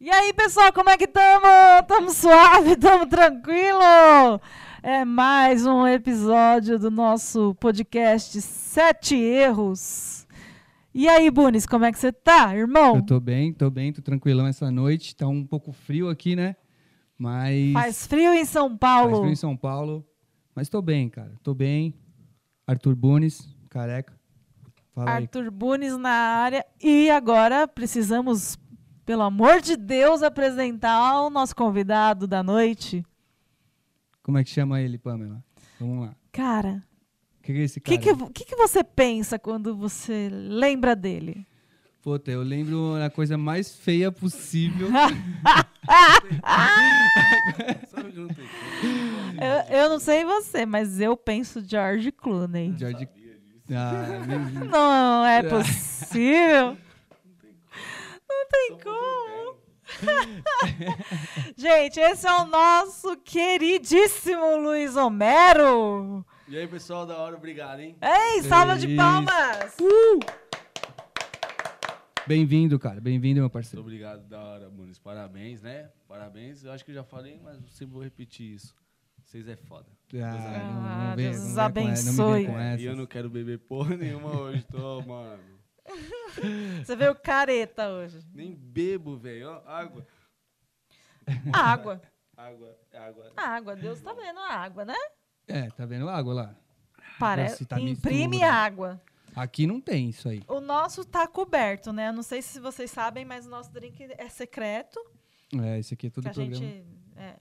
E aí, pessoal, como é que tamo? Tamo suave, tamo tranquilo? É mais um episódio do nosso podcast Sete Erros. E aí, Bunis, como é que você tá, irmão? Eu tô bem, tô bem, tô tranquilão essa noite. Tá um pouco frio aqui, né? Mas. Faz frio em São Faz Paulo. frio em São Paulo. Mas tô bem, cara. Tô bem. Arthur Bunes, careca. Fala aí. Arthur Bunis na área. E agora precisamos, pelo amor de Deus, apresentar o nosso convidado da noite. Como é que chama ele, Pamela? Vamos lá. Cara, O que, que é esse o que, cara? que, vo- que que você pensa quando você lembra dele? Puta, eu lembro a coisa mais feia possível. Eu, eu não sei você, mas eu penso George Clooney. George... Ah, nem- Não é possível. Não tem como. Gente, esse é o nosso queridíssimo Luiz Homero. E aí, pessoal, da hora, obrigado, hein? Ei, salva de Feliz. palmas. Bem-vindo, cara. Bem-vindo, meu Muito parceiro. obrigado, da hora, Muniz. Parabéns, né? Parabéns. Eu acho que eu já falei, mas eu sempre vou repetir isso. Vocês é foda. Ah, Ah, vem- Deus vem com essa- Não abençoe. me vem com É, e eu essas. não quero beber porra nenhuma hoje, tô, mano. Você veio careta hoje. Nem bebo, velho. Ó, Água. Água. Água, água. Água, Deus tá vendo a água, né? É, tá vendo água lá? Parece. Nossa, tá imprime mistura. água. Aqui não tem isso aí. O nosso tá coberto, né? Eu não sei se vocês sabem, mas o nosso drink é secreto. É, esse aqui é todo que a programa. gente. é,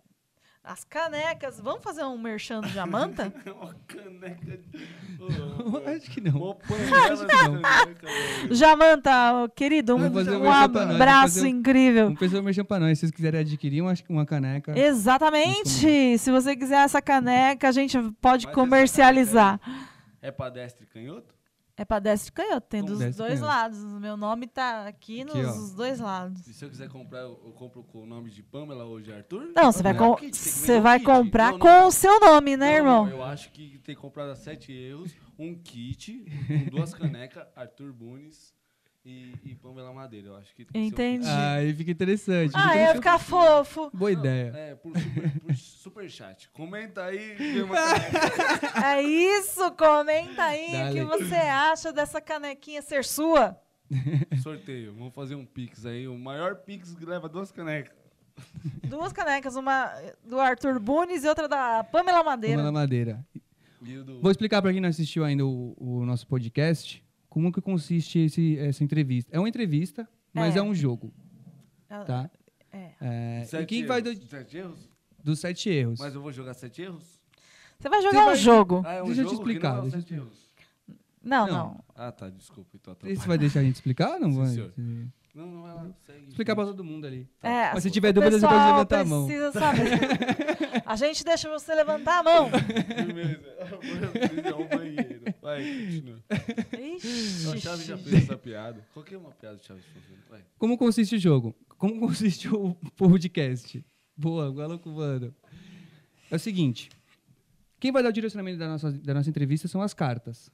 as canecas. Vamos fazer um merchan do Jamanta? Uma caneca. Eu Ô, Acho que não. Mó panela não. de caneca, velho. Jamanta, ô, querido, um, Vamos fazer um um merchan pra nós, vamos abraço fazer um- incrível. Um pessoal mexendo pra nós. Se vocês quiserem adquirir uma, uma caneca. Exatamente! Se você quiser essa caneca, a gente pode Mas essa comercializar. É padestre canhoto? É padestre canhoto, tem dos Padestre dois canhoto. lados. O meu nome tá aqui, Aqui, ó. nos dois lados. E se eu quiser comprar, eu eu compro com o nome de Pamela ou de Arthur? Não, você vai, É com- o kit, tem que você vender o vai kit. comprar Não, não, com o seu nome, né, Não, não, irmão? Eu acho que ter comprado a sete erros, um kit, com duas canecas, Arthur Bunes e, e Pamela Madeira. Eu acho que tem que ser um Entendi. Ah, aí fica interessante. Ah, Fica ia interessante. ficar fofo. Boa kit. ideia. É, por super, por super chat. Comenta aí. e uma caneca. É isso, comenta aí o Dale. que você acha dessa canequinha ser sua. Sorteio. Vamos fazer um pix aí. O maior pix que leva duas canecas. Duas canecas, uma do Arthur Bunes e outra da Pamela Madeira. Uma na madeira. E o do... Vou explicar para quem não assistiu ainda o, o nosso podcast como que consiste esse- essa entrevista. É uma entrevista, mas É. é, um jogo, Ela- tá? é. É, Sete e quem vai erros. um. do- Sete erros? dos sete erros? Mas eu vou jogar sete erros? Você vai jogar Você um vai- jogo. Ah, é um Deixa eu te jogo que não explicar, é os deixa eu sete te- erros. Não, não. Não. Ah, tá. Desculpa. Então, atrapalhei. Você vai deixar a gente explicar? Não Sim, vai? senhor. Sim. Não, não, vai lá. Segue. Tá. Explicar para todo mundo ali. É, Mas as- se o tiver dúvida, você pode pessoal levantar a mão. precisa saber. a gente deixa você levantar a mão. tipo- Firmeza. Eu preciso ir ao banheiro. Vai, continua. Não, Ixi. o Chaves já fez essa piada. Qualquer uma piada do Chaves fazendo. Vai. Como consiste o jogo? Como consiste o podcast? Boa, agora louco, mano. É o seguinte. Quem vai dar o direcionamento da nossa, da nossa entrevista são as cartas.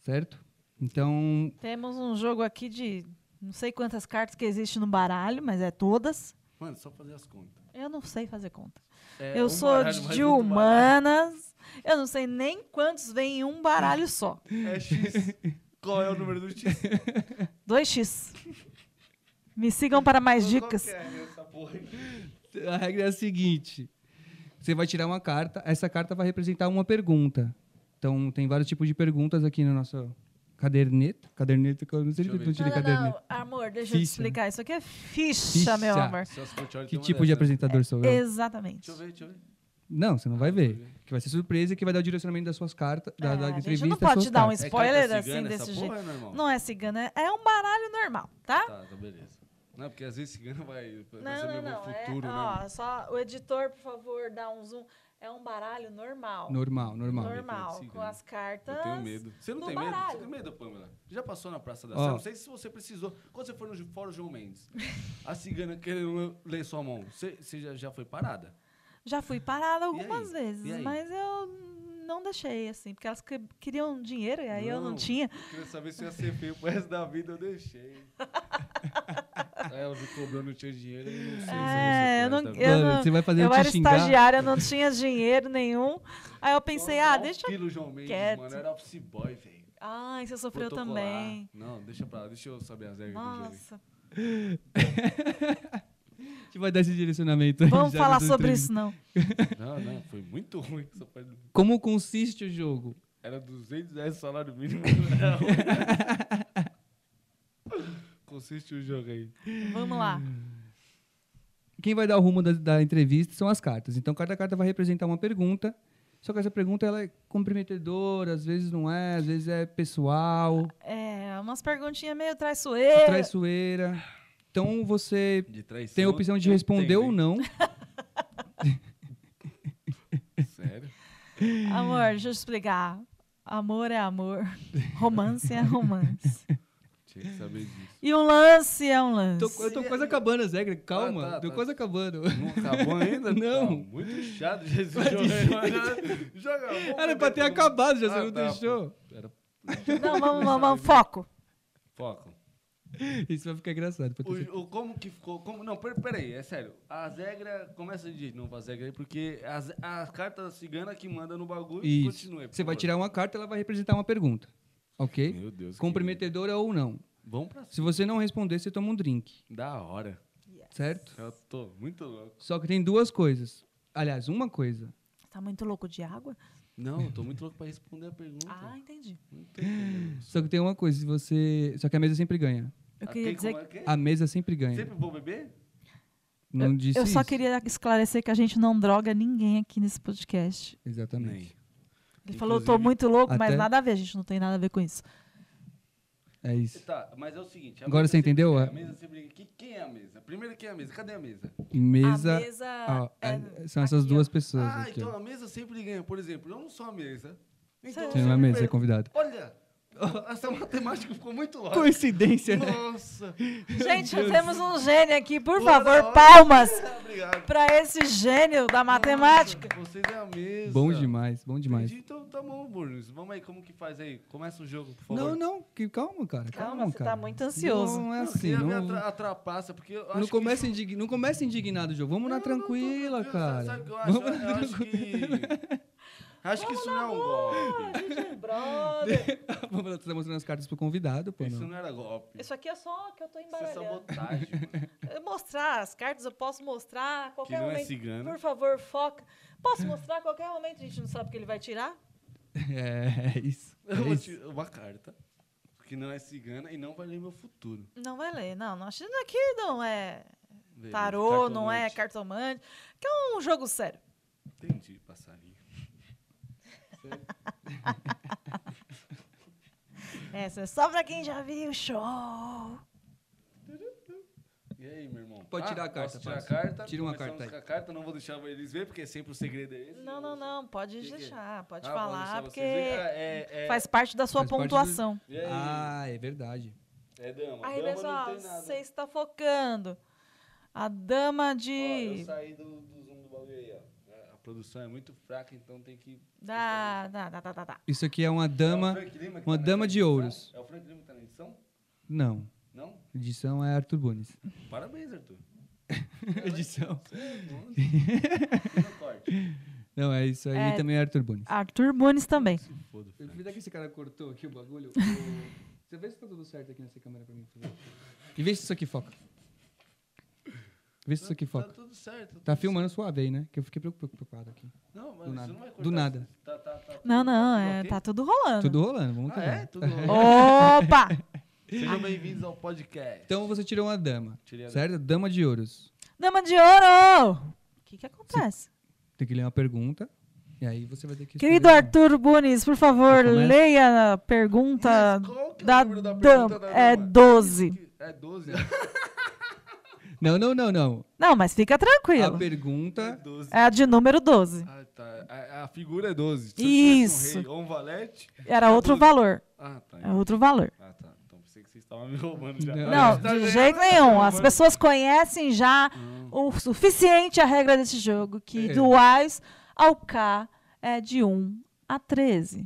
Certo? Então, Temos um jogo aqui de não sei quantas cartas que existe no baralho, mas é todas. Mano, só fazer as contas. Eu não sei fazer conta. É, eu um sou baralho, mais de outro baralho. humanas. Eu não sei nem quantos vem em um baralho só. É X. Qual é o número do X? 2x. Me sigam para mais Qual que dicas. é essa porra aí? a regra é a seguinte. Você vai tirar uma carta, essa carta vai representar uma pergunta. Então, tem vários tipos de perguntas aqui na nossa caderneta. Caderneta, que eu não sei Deixa eu porque ver. eu tirei caderneta. amor, deixa eu te Ficha. né? explicar. Isso aqui é ficha, Ficha. meu amor. Celso Portiolli Que tem uma tipo de dessa, né? apresentador sou É. eu? Exatamente. Deixa eu ver, deixa eu ver. Não, você não vai Deixa eu ver. Que vai ser surpresa e que vai dar o direcionamento das suas cartas, da, É, da a entrevista. gente não às pode suas dar um cartas. É spoiler carta assim cigana essa desse jeito. Porra, meu irmão? Não é cigana, é um baralho normal, tá? Tá, tá, beleza. Não, porque às vezes cigano vai, vai ser Não, não, meio não. é- futuro, né? ó, só o editor, por favor, dá um zoom. É um baralho normal. Normal, normal. Normal. Normal, Sim, com né? as cartas. Eu tenho medo. Você não do tem medo? Você baralho. tem medo, Pamela? Já passou na Praça da Ó. Sé? Não sei se você precisou. Quando você foi no Ju- Fórum João Mendes, a cigana querendo ler sua mão, você, você já, já foi parada? Já fui parada aí? algumas E vezes, aí? mas eu não deixei, assim, porque elas que- queriam dinheiro e aí eu não Não. tinha. Eu queria saber se eu ia ser feio pro resto da vida, eu deixei. É, eu me cobrando tinha dinheiro e não sei se É, eu você não- presta. eu- Mano, você vai fazer eu, Eu te era xingar. estagiária, não tinha dinheiro nenhum. Aí eu pensei, Nossa, ah, ó o deixa. Quilo João Mendes, quieto. mano, era office boy, velho. Ai, você sofreu Protocolar. também. Não, deixa pra lá, deixa eu saber as regras do jogo. Nossa, A gente vai dar esse direcionamento. aí vamos já falar nessa sobre entrevista. isso não. Não, não, foi muito ruim. Só pra- Como consiste o jogo? Era 210 reais salário mínimo. Consiste o jogo aí. Vamos lá. Hum. Quem vai dar o rumo da, da entrevista são as cartas. Então, cada carta vai representar uma pergunta. Só que essa pergunta ela é comprometedora, às vezes não é, às vezes é pessoal, É, umas perguntinhas meio traiçoeiras. traiçoeira. Então, você De traição. tem a opção de responder ou não. Sério? Amor, deixa eu te explicar. Amor é amor. Romance é romance. Tinha que saber disso. E um lance é um lance. Tô- eu tô quase acabando as regras, calma, Ah, tá, tô tá. quase acabando. Não acabou ainda? Não. Tá muito chato Jesus jogo. Joga vamos Era pra ter comer todo mundo. acabado, já Ah, você não tá, deixou. pô. Era... Não, vamos, vamos, né? vamos, foco. Foco. Isso vai ficar engraçado. pra ter certeza. O, o- como que ficou? Como, não, per- peraí, é sério. As regras. Começa de novo as regras aí, porque as, as cartas cigana que manda no bagulho Isso. continua. por Você vai favor. tirar uma carta, ela vai representar uma pergunta. Ok? Meu Deus. que- Comprometedora ou não. Vamos pra Se você não responder, você toma um drink, Da hora. certo? Eu tô muito louco. Só que tem duas coisas. Aliás, uma coisa. Tá muito louco de água? Não, eu tô muito louco pra responder a pergunta. Ah, entendi. Não tô entendendo. Só que tem uma coisa, se você. Só que a mesa sempre ganha. Eu Ah, queria quem dizer como é que é? A mesa sempre ganha. Sempre vou beber? Não disse Eu só isso. queria esclarecer que a gente não droga ninguém aqui nesse podcast. Exatamente. Ele falou, eu tô Inclusive, muito louco, mas até- nada a ver, a gente não tem nada a ver com isso. É isso. Tá, mas é o seguinte. a Agora mesa você sempre entendeu, ganha, é? A mesa sempre ganha. Que- Quem é a mesa? Primeiro, quem é a mesa? Cadê a mesa? Mesa. A mesa. ó, é- é- são essas aqui, ó. duas pessoas Ah, aqui. ó. então a mesa sempre ganha. Por exemplo, eu não sou a mesa. Você Então, Você não é eu sempre mesa, é perco. convidado. Olha, essa matemática ficou muito louca. Coincidência, né? Nossa. Gente, Meu Deus. temos um gênio aqui, por Bora, favor, bora. palmas Tá, Obrigado. pra esse gênio da matemática. Nossa, Vocês é a mesa. Bom demais, bom demais. Entendi, então tá bom, Burns. Vamos aí, como que faz aí? Começa o jogo, por favor. Não, é não, que- calma, cara. Calma, Calma, você cara. tá muito ansioso. Não, é Não, assim. queria ver Não, a tra- a trapaça, porque eu acho não, que começa indign- não começa indignado, João. Vamos na tranquila, Sabe- cara. Sabe o que eu acho? Eu acho que. Acho que isso não é um golpe. Brother, Vamos lá, você tá mostrando as cartas pro convidado, pô. Isso Não. não era golpe. Isso isso aqui é só que eu tô é embaralhando. sabotagem. mano. Eu Mostrar as cartas, eu posso mostrar a Que qualquer não é momento. cigano. por favor, foca. Posso mostrar a qualquer momento, a gente não sabe o que ele vai tirar? É, é isso. É Eu vou isso. tirar uma carta que não é cigana e não vai ler meu futuro. Não vai ler, não. não acho aqui não é Beleza, tarô, não é cartomante. cartomante. Que é um jogo sério. Entendi, passarinho. Essa é só pra quem já viu o show. E aí, meu irmão? Ah, Pode tirar a carta, posso tirar a parça. carta? Tira uma Começamos carta aí. com a carta, não vou deixar eles verem, porque sempre o segredo é esse. Não, não, não. Pode que que é? deixar, pode Ah, vou deixar falar, vocês porque verem. Ah, é, é- faz parte da sua Faz parte do- pontuação. E aí? Ah, é verdade. É dama. Aí, dama não pessoal, tem nada. você está tá focando. A dama Ó, de. eu saí do, do zoom do bagulho aí, ó. A- A produção é muito fraca, então tem que. Da, da, da, da, da, da. Isso aqui é uma dama. É o Frank Lima que uma na dama de edição? ouros. É o Frank Lima que tá na edição? Não. Não? Edição é Arthur Bunes. Parabéns, Arthur. Edição. Não corte. Não, é isso aí É. também é Arthur Bunes. Arthur Bunes também. Se foda, Frank. Aproveitar que esse cara cortou aqui o bagulho. o- Você vê se tá tudo certo aqui nessa câmera pra mim, por favor. E vê se isso aqui foca. Vê se isso aqui Tá foca. tudo certo. Tá filmando suave aí, né? Que eu fiquei preocu- preocupado aqui. Não, Do mas isso nada. não vai Do cortar. nada. Tá, tá, tá tudo- Não, não, tudo é, ok? tá tudo rolando. Tudo rolando, vamos Ah, é? acabar. Tudo ok? Opa! Sejam bem-vindos ao podcast. Então você tirou uma dama, Tirei a certo? Dama de ouros. Dama de ouro! O que, que acontece? Tem que ler uma pergunta e aí você vai ter que Querido escolher uma. Arthur Bunes, por favor, Eu começo? leia a pergunta Mas qual que é o da, número da dama. pergunta da É dama? 12. É 12. Não, não, não, não. Não, mas fica A tranquilo. É pergunta 12. É a de número 12. Ah, tá. A, a figura é 12. Se eu Isso. tivesse Um rei ou um valete. Era outro valor. Ah, tá. É outro valor. Ah, tá. Então pensei que vocês estavam me roubando já. Não. Não, Tá de vendo? Hum. jeito nenhum. As Mano, pessoas conhecem já o suficiente a regra desse jogo, que É. do Wise ao K é de 1 a 13.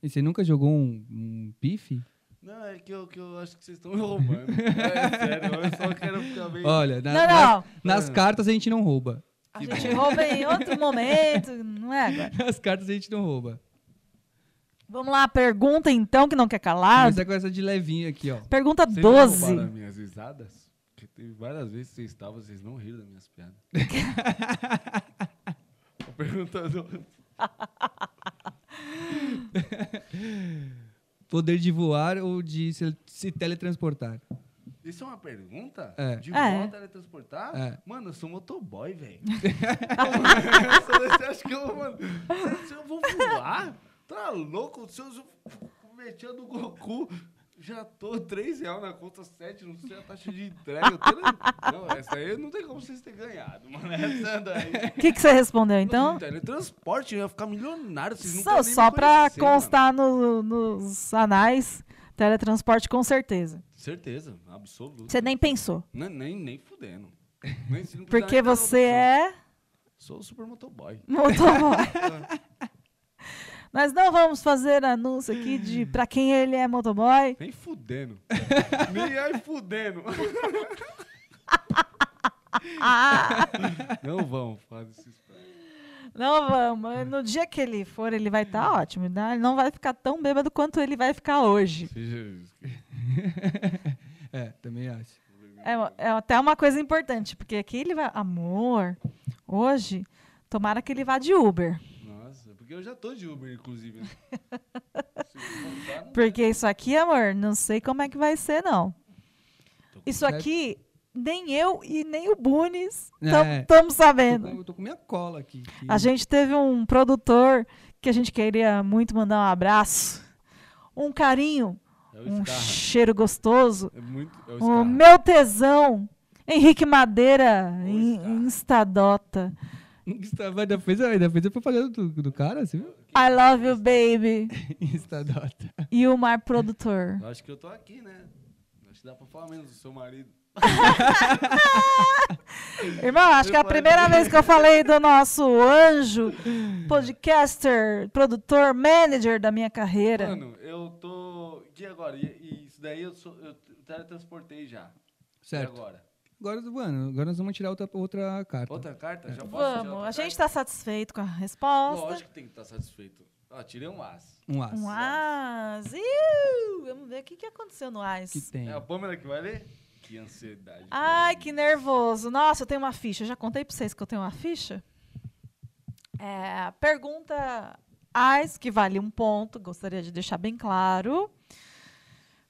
E você nunca jogou um, um pife? Não, é que eu, que eu acho que vocês estão me roubando. É sério, eu só quero ficar bem. Olha, na- Não, na- não. Ah. nas cartas a gente não rouba. A Que gente bom. rouba em outro momento, não é agora? Nas cartas a gente não rouba. Vamos lá, pergunta então, que não quer calar. Mas é com essa de levinha aqui, ó. Pergunta Vocês 12. roubaram as minhas risadas? Porque teve várias vezes que vocês estavam, vocês não riram das minhas piadas. Tô perguntando. Poder de voar ou de se, se teletransportar? Isso é uma pergunta? É. De É. volta a teletransportar? É. Mano, eu sou motoboy, velho. Você acha que eu, mano, se eu vou voar? Tá louco? Se eu meti no Goku, já tô 3 reais na conta 7, não sei a taxa de entrega. eu tô- Não, essa aí não tem como vocês terem ganhado, mano. Essa daí. O que, que você respondeu então? Teletransporte, eu ia ficar milionário. Vocês não Só, querem nem só me pra conhecer, mano. constar no- nos anais, teletransporte com certeza. Certeza, absoluto. Você nem pensou. Nem, nem, nem fudendo. Nem, se não precisar Porque nem dar você opção. é Sou o super motoboy. motoboy. tá Nós não vamos fazer anúncio aqui de pra quem ele é motoboy. Nem fudendo. Nem aí fudendo. Ah, Não vão fazer esses planos. não vamos. No dia que ele for, ele vai estar ótimo. né? Ele não vai ficar tão bêbado quanto ele vai ficar hoje. É, também acho. É, uma- é até uma coisa importante, porque aqui ele vai. Amor, hoje, tomara que ele vá de Uber. Nossa, porque eu já tô de Uber, inclusive. né? Se né? contar, não Porque isso aqui, amor, não sei como é que vai ser, não. Isso certo. aqui, nem eu e nem o Bunis É. estamos Eu tô, sabendo. com- eu tô com minha cola aqui. né? que- A gente teve um produtor que a gente queria muito mandar um abraço, um carinho, é o um Scarra. cheiro gostoso, É muito. É o o Scarra. É meu tesão, Henrique Madeira, in- Scarra. Instadota. Insta- mas Ainda fez, ainda fez eu propaganda do, do cara, você viu? I love you, baby. Instadota. E o Mar Produtor. Acho que eu tô aqui, né? Acho que dá pra falar menos do seu marido. Irmão, acho que é a primeira vez que eu falei do nosso anjo, podcaster, produtor, manager da minha carreira. Mano, eu tô. E agora? E, e isso daí eu, sou, eu teletransportei já. Certo. E agora? Agora, mano, agora nós vamos tirar outra, outra carta. Outra carta? Já posso tirar Vamos, outra a gente carta? tá satisfeito com a resposta. Lógico que tem que estar satisfeito. Ó, tirei um as. Um as. Um as. Iu, Vamos ver o que, que aconteceu no Que as. tem. É a Pâmela que vai ler? Que ansiedade. Ai, que nervoso. Nossa, eu tenho uma ficha. Eu já contei pra vocês que eu tenho uma ficha? É, pergunta as, que vale um ponto. Gostaria de deixar bem claro.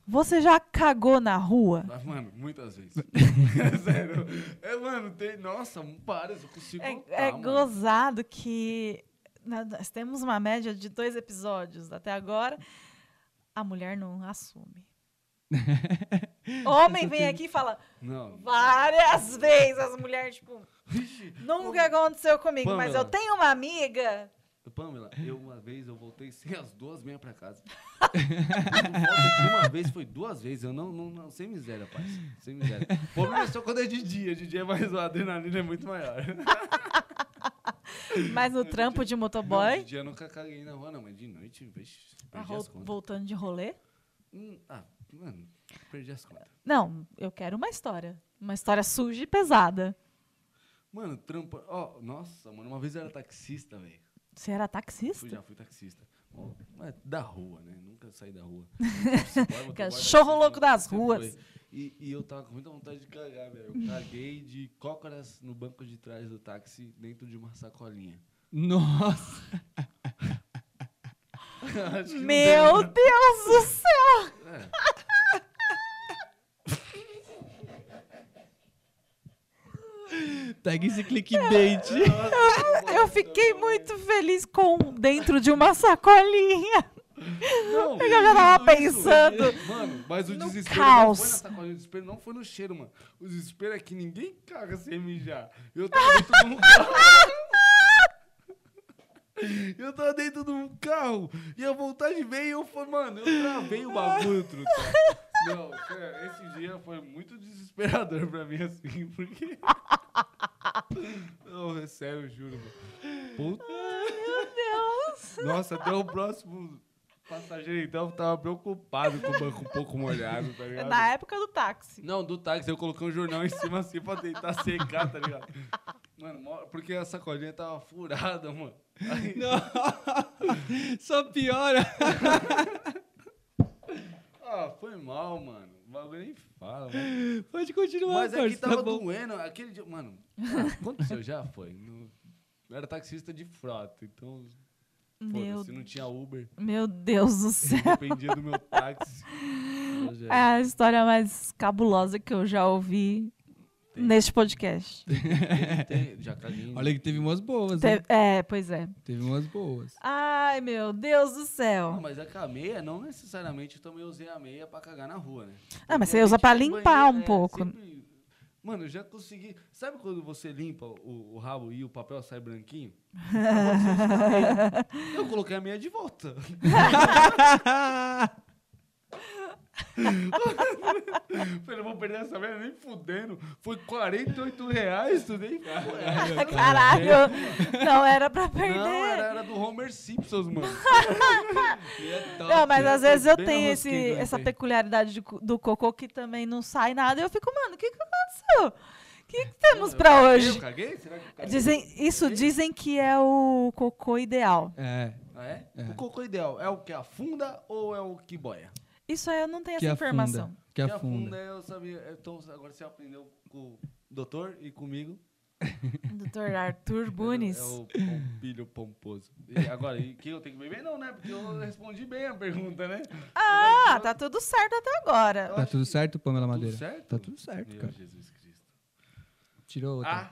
Você já cagou na rua? Mas, mano, Tá muitas vezes. Sério. É, mano, tem. Nossa, várias, eu consigo. É, contar, é mano. gozado que na- nós temos uma média de dois episódios até agora. A mulher não assume. Homem vem aqui e fala Não. várias vezes. As mulheres, tipo, Vixe, nunca aconteceu comigo, mas eu Pamela. tenho uma amiga. Pamela, eu uma vez eu voltei sem as duas meias pra casa. Não volta de uma vez, foi duas vezes. Eu não, não, não sem miséria, parceiro. Sem miséria. O problema é só quando é de dia. De dia é mais o adrenalina é muito maior. Mas no trampo de Não, de motoboy, dia eu nunca caguei na rua, não, mas de noite, vixe, a perdi ro- as contas. voltando de rolê. Hum, ah, mano, perdi as contas. Não, eu quero uma história. Uma história suja e pesada. Mano, trampa. Ó, nossa, mano, uma vez eu era taxista, velho. Você era Fui, taxista? já fui taxista. Ó, mas da rua, né? Nunca saí da rua. Cachorro louco das né? Sempre ruas. foi. E, e eu tava com muita vontade de cagar, velho. Eu caguei de cócoras no banco de trás do táxi, dentro de uma sacolinha. Nossa. Acho que não Meu Deus do céu! deu, né? Pega esse clickbait. É. Eu fiquei muito feliz com dentro de uma sacolinha. Não, Eu já tava tudo isso. pensando Mano, mas o no desespero caos. não foi na sacolinha, o desespero não foi no cheiro, mano. O desespero é que ninguém caga sem mijar. Eu tava dentro de um carro. Eu tava dentro de um carro e a vontade veio e eu falei, mano, eu travei o bagulho, truta. Não, sério, esse dia foi muito desesperador pra mim, assim, porque... Não, é sério, eu juro, mano. Puta- Ai, Meu Deus! Nossa, até o próximo passageiro então tava preocupado com o banco um pouco molhado, tá ligado? Na época do táxi. Não, do táxi eu coloquei um jornal em cima assim pra tentar secar, tá ligado? Mano, mó- porque a sacolinha tava furada, mano. Aí, Não. Só piora. ah, foi mal, mano. O bagulho nem fala, mano. Pode continuar, Mas aqui parça, tava tá bom. doendo. Aquele dia. Mano, ah, aconteceu, já foi. No- eu era taxista de frota, então. Meu, Foda-se, não tinha Uber. meu Deus do céu. Dependia do meu táxi. Eu já- É a história mais cabulosa que eu já ouvi Tem. neste podcast. Tem- Já caguei. Olha que teve umas boas, né? Te- É, pois é. Teve umas boas. Ai, meu Deus do Não, céu. mas é que a meia, não necessariamente eu também usei a meia pra cagar na rua, né? Ah, mas Porque você usa a gente pra no limpar um é, pouco. sempre- Mano, eu já consegui. Sabe quando você limpa o, o rabo e o papel sai branquinho? Eu coloquei a meia de volta. Falei, não vou perder essa merda nem fudendo. Foi 48 reais, tu nem Caralho, não era pra Não, era, perder. era do Homer Simpsons, mano. é Não, mas às vezes eu Bem tenho na esse, rosquinha que eu essa entrei. peculiaridade de co- do cocô que também não sai nada. Eu fico, mano, o que, que aconteceu? O que, que temos pra Eu hoje? caguei? Será que eu caguei? Dizem, isso dizem que é o cocô ideal. É. Ah, é? É. O cocô ideal é o que afunda ou é o que boia? Isso aí eu não tenho Que essa afunda. é informação. Que que afunda afunda. eu sabia. Então agora você aprendeu com o doutor e comigo. Dr. Arthur Bunis. É o, o pilho pomposo. E agora, e que eu tenho que beber? Não, né? Porque eu respondi bem a pergunta, né? Ah, tá tudo certo até agora. Tá tudo certo, Pamela Tudo Madeira? certo? Tá tudo certo, Meu cara. Jesus Cristo. Tirou outra. Ah,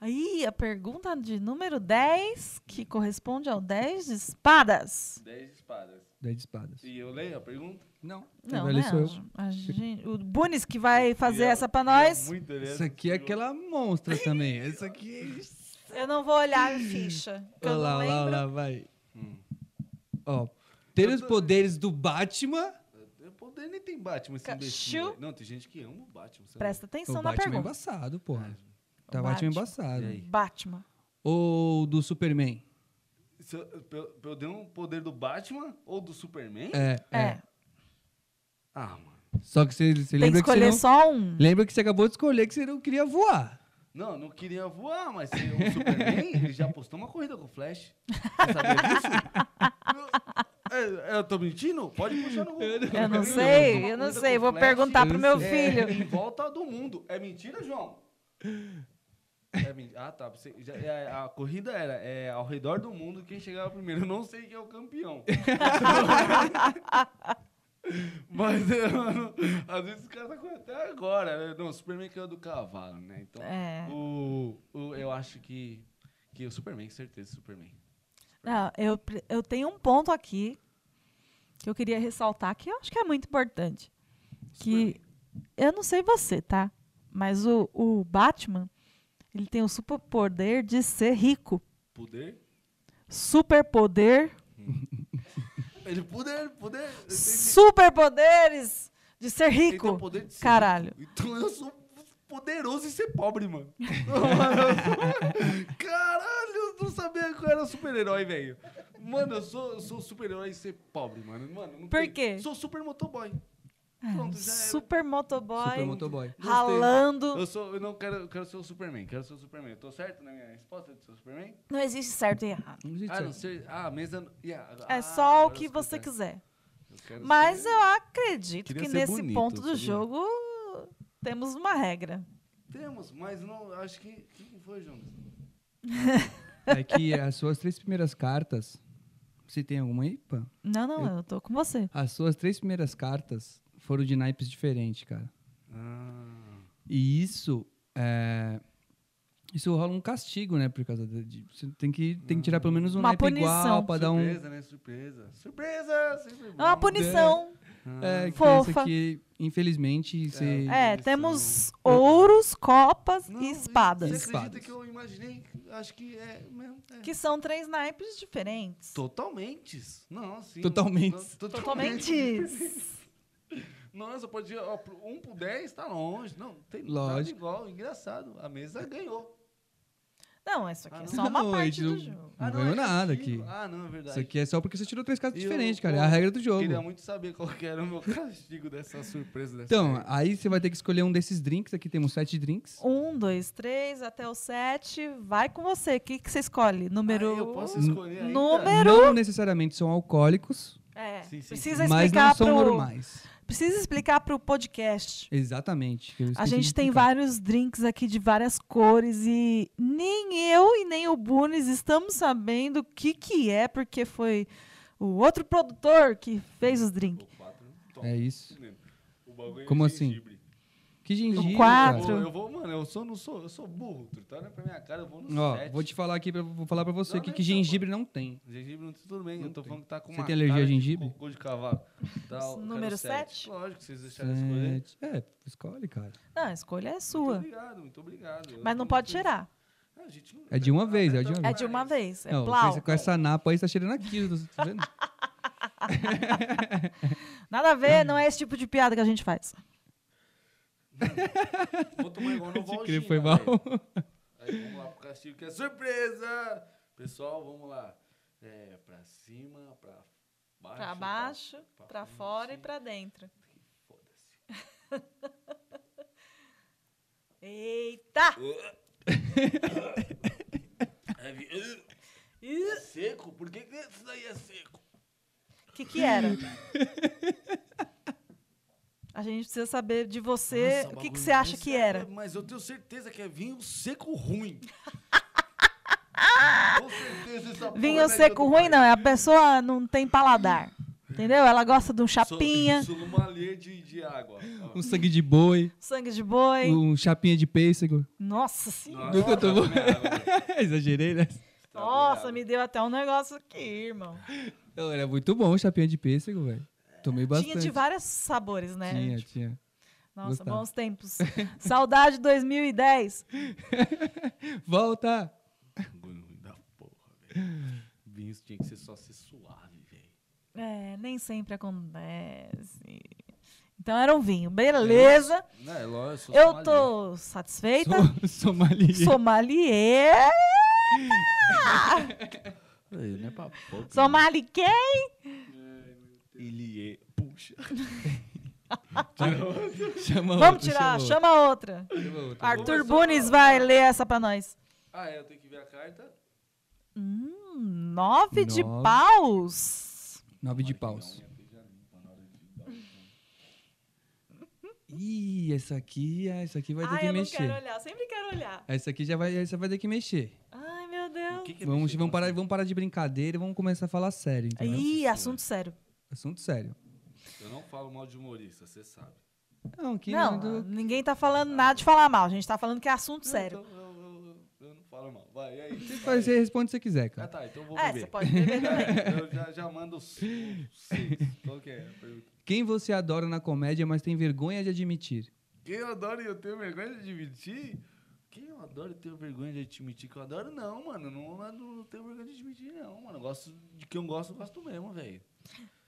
Aí, a pergunta de número 10, que corresponde ao 10 de espadas. 10 espadas. Dez de espadas. E eu leio a pergunta? Não. Não, Agora né? sou É, eu. A gente- o Bunis que vai fazer E eu- essa pra e eu nós. muito olhei Isso essa aqui é pergunta. aquela monstra também. Essa aqui é. Eu não vou olhar a ficha. que Olha eu lá, não olha lá, lembro. olha lá, vai. Ó. Ter Hum. Eu os tô- poderes do Batman. Eu poder nem tem Batman esse Ca- imbecil. Shoo. velho. Não, tem gente que ama o Batman. sabe? Presta o atenção na Batman é pergunta. embaçado, porra. O Tá Batman Batman. embaçado. E aí? Batman. Ou do Superman. Se eu, pra eu- pra eu dar um poder do Batman ou do Superman? É, É. é. Ah, mano. Só que você você Tem que lembra que você escolher não... só um. Lembra que você acabou de escolher que você não queria voar. Não, não queria voar, mas se o Superman, ele já postou uma corrida com o Flash. Você sabia disso? Eu, eu tô mentindo? Pode puxar no Google. Eu não Ele postou uma sei, eu não corrida sei. com o Vou Flash perguntar pro meu Eu não filho. É, em volta do mundo. É mentira, João? É men- ah, tá. Você, já- é, a, a corrida era é, ao redor do mundo quem chegava primeiro. Eu não sei quem é o campeão. Mas, é, mano, às vezes os caras tá com até agora. né? Não, o Superman que é o do cavalo, né? Então, É. o, o- eu acho que, que o Superman, certeza, Superman. Não, eu, pre- eu tenho um ponto aqui que eu queria ressaltar, que eu acho que é muito importante. Que eu não sei você, tá? Mas o, o Batman, ele tem o superpoder de ser rico. Poder? Superpoder, Ele poder, poder. ele tem- superpoderes de ser ele tem o rico. poder de ser Caralho. Então eu sou poderoso em ser pobre, mano. Eu sou- Caralho, eu não sabia que eu era super-herói, velho. Mano, eu sou, eu sou super-herói em ser pobre, mano. mano não Por tem- quê? Ah, Sou super motoboy. Pronto, já era. né? Super motoboy, Super motoboy. ralando. Eu, sou, eu não quero, eu quero ser o Superman, quero ser o Superman. Eu tô certo na minha resposta de ser o Superman? Não existe certo e errado. Não existe Ah, não certo. sei. Ah, a mesa. não- Ih, ah, É ah, só o agora que eu você escutei. quiser. Eu quero Mas ser- eu acredito Queria que ser nesse bonito, ponto do sabia? jogo temos uma regra. Temos, mas não. Acho que. O que foi, Jonas? É que as suas três primeiras cartas. Você tem alguma aí, Pam? Não, não, eu, tô com você. As suas três primeiras cartas foram de naipes diferentes, cara. Ah. E isso é. Isso rola um castigo, né? Por causa de. de- você tem que, tem que tirar pelo menos um Uma naipe igual punição. pra dar um. Surpresa, né? Surpresa. Surpresa! Sempre É uma bom. punição. É, que isso Fofa. aqui, infelizmente, você. É, Isso. temos ouros, copas Não, e Você espadas. isso- acredita Espadas. que eu imaginei? Acho que é mesmo. é. Que são três naipes diferentes. Totalmente. Não, sim. Totalmente. To- Totalmente. Nossa, pode ir, ó, pro- um pro 10 tá longe. Não, tem Lógico. nada igual. Engraçado. A mesa ganhou. Não, isso aqui Ah, é não. só uma Não, parte isso- do jogo. Não ganhou nada Ah, é castigo. aqui. Ah, não, é verdade. Isso aqui é só porque você tirou três casas Eu, diferentes, cara. pô, É a regra do jogo. Queria muito saber qual que era o meu castigo dessa surpresa dessa Então, vez. aí você vai ter que escolher um desses drinks. Aqui temos sete drinks. Um, dois, três, até o sete. Vai com você. O que, que você escolhe? Número. um? Ah, eu posso escolher ainda? Número- Não necessariamente são alcoólicos, É, Sim, sim, precisa mas explicar não são pro. normais. Precisa explicar pro podcast. Exatamente. que eu A esqueci de gente tem explicar. vários drinks aqui de várias cores e nem eu e nem o Bunes estamos sabendo o que, que é, porque foi o outro produtor que fez os drinks. O quatro, top. É isso. O bagulho é Como assim? gengibre. Que gengibre, Um quatro. cara. Eu, eu vou, mano, eu sou, não sou, eu sou burro. Tu tá olhando pra minha cara, eu vou no Ó, sete. vou te falar aqui, pra, vou falar pra você Não, aqui não, que então, gengibre não tem. Gengibre não tem tudo bem, eu tô falando que tá com Você uma tem alergia cara a de gengibre? cocô de cavalo. Tal, eu quero Número sete. sete? Lógico, vocês deixaram eu escolher. Sete. É, escolhe, cara. Não, a escolha é Muito sua. obrigado, muito obrigado. Eu Mas não tô pode muito feliz. cheirar. Ah, tá a gente não- É de uma aperta- vez, é aperta de uma É vez. de uma vez. É não, plau. você- com essa napa aí, você tá cheirando aquilo, tá vendo? Nada a ver, não é esse tipo de piada que a gente faz. Vou tomar igual no Pode Valginha, crer, foi mal. velho. Aí vamos lá pro castigo, que é surpresa! Pessoal, vamos lá. É, pra cima, pra baixo. Pra baixo, pra frente, fora e pra dentro. Foda-se. Eita! Aí vi- Ugh, é Ih, seco? Por que, que isso daí é seco? O que, que era? A gente precisa saber de você o Nossa, que, que bagulho você acha desse que é- era. Mas eu tenho certeza que é vinho seco ruim. Com certeza essa porra Vinho não é de seco outro ruim não, é a pessoa não tem paladar. Entendeu? Ela gosta de um país. Sou- chapinha, Sou sommelier de, de água. Um sangue de boi, sangue de boi. um chapinha de pêssego. Nossa senhora. Nunca tomou. tá minha água, velho. Exagerei, né? Tá Nossa, minha me deu até um negócio aqui, irmão. Não, era muito bom o chapinha de pêssego, velho. Tomei bastante. Tinha de vários sabores, né? Tinha, Tipo, tinha. Nossa, gostava. bons tempos. Saudade 2010. Volta! água. Bagulho ruim da porra, velho. Vinho tinha que ser só ser suave, velho. É, nem sempre acontece. Então era um vinho. Beleza. Não, é lógico, sou Eu sommelier. tô satisfeita. Sou, sommelier. Sommelier. Aí, Não é pra pouco. Somali quem? Ele é. Puxa. Chama Vamos outro, tirar, chama chama outra. outro, chama outro. Arthur Começou. Bunes vai ler essa pra nós. Ah, é, eu tenho que ver a carta. Hum, nove de Nove. paus. Nove de paus. Ih, essa aqui, ah, essa aqui vai ter Ai, que eu não mexer. quero olhar, sempre quero olhar. Essa aqui já vai, essa vai ter que mexer. Ai, meu Deus. que que é Vamos, mexer vamos, com parar, você? vamos parar de brincadeira e vamos começar a falar sério, entendeu? Ih, assunto sério. Assunto sério. Eu não falo mal de humorista, você sabe. Não, que não, do- ninguém tá falando nada de falar mal. A gente tá falando que é assunto sério. Então, eu, eu- eu não falo mal. Vai, e aí? Você, Fala faz- aí. você responde se você quiser, Ah, cara. tá, então eu vou É, beber. você pode beber também. Eu já, já mando os os seis. Qual que é a pergunta? Quem você adora na comédia, mas tem vergonha de admitir? Quem eu adoro e eu tenho vergonha de admitir? Quem eu adoro e tenho vergonha de admitir que eu adoro? Não, mano. Não, não, não tenho vergonha de admitir, não, mano. Eu gosto de que eu gosto, eu gosto mesmo, velho.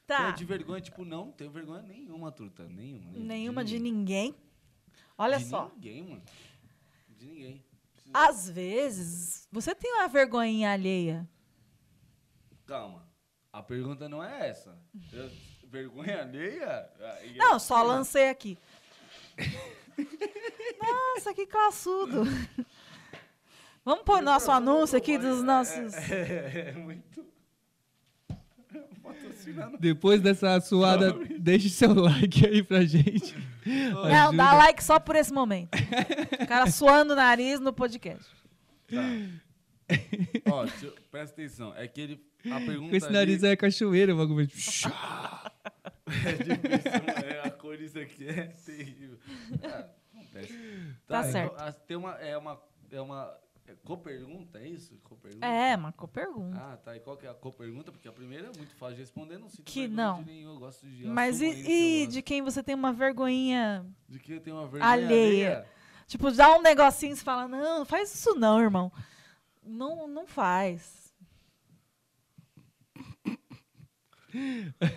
Tá. Então, de vergonha, tipo, não, não tenho vergonha nenhuma, truta. Nenhuma. Nenhuma de ninguém. Olha de só. ninguém, mano. De ninguém. Precisa- Às vezes, você tem uma vergonhinha alheia. Calma. A pergunta não é essa. Eu- vergonha alheia? Aí é Não, só assim, lancei aqui. Nossa, que classudo. Vamos pôr nosso anúncio aqui dos nossos. É, é muito. Patrocinando. Depois dessa suada, deixe seu like aí pra gente. Não, dá Ajuda. like só por esse momento. O cara suando o nariz no podcast. Tá. Ó, deixa eu- presta atenção. É que ele. A pergunta. Com esse nariz ali, aí é cachoeira, o bagulho. é difícil, né? A cor isso aqui é terrível. Ah, acontece. Tá então, certo. as- tem uma. É uma. É uma. É co-pergunta, é isso? Co-pergunta? É, marcou pergunta. Ah, tá. E qual que é a co-pergunta? Porque a primeira é muito fácil de responder, não sinto Que vergonha não. de nenhum. Eu gosto de Mas assumo e, isso, e eu de gosto. quem você tem uma vergonhinha? de que eu tenho uma vergonha Alheia. alheia? Tipo, dá um negocinho e você fala: não, não faz isso não, irmão. Não, não faz.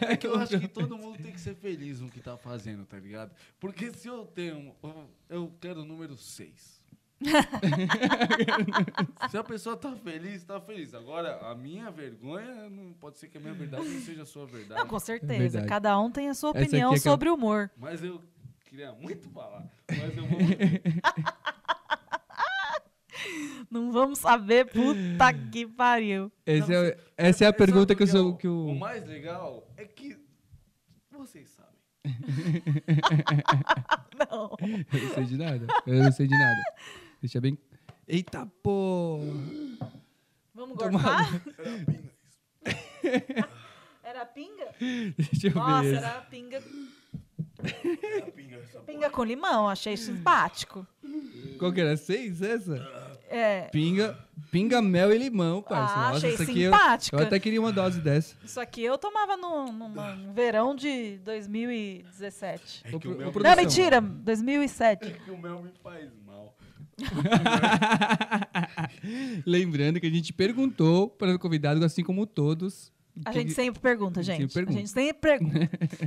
É que eu acho que todo mundo tem que ser feliz no que tá fazendo, tá ligado? Porque se eu tenho. Eu quero o número 6. Se a pessoa tá feliz, tá feliz. Agora, a minha vergonha, não pode ser que a minha verdade não seja a sua verdade. Não, com certeza. verdade. Cada um tem a sua Essa aqui opinião é que eu- sobre o humor. Mas eu queria muito falar. Mas eu vou. Não vamos saber, puta que pariu. Esse Não, é- você- essa é a Sabe pergunta o que eu é sou. o- Que o... O mais legal é que. Vocês sabem. Não. Eu não sei de nada. Eu não sei de nada. Deixa bem. Eita, pô! Vamos Toma- gorfar? Era pinga? Deixa eu Nossa, ver. era pinga, É a pinga, essa pinga com limão, achei simpático. esse. Qual que era? Seis essa? É, Pinga, pinga, mel e limão, parça. Ah, Nossa, achei Tá, essa aqui eu, simpática. eu até queria uma dose dessa. isso aqui eu tomava no, numa- no verão de 2017. É que o Ô, mel- pro- ô, Não, produção. mentira, 2007. porra, É que o mel me faz mal. Lembrando que a gente perguntou para o convidado, assim como todos. A que gente sempre pergunta, Sempre gente. A pergunta. gente sempre pergunta.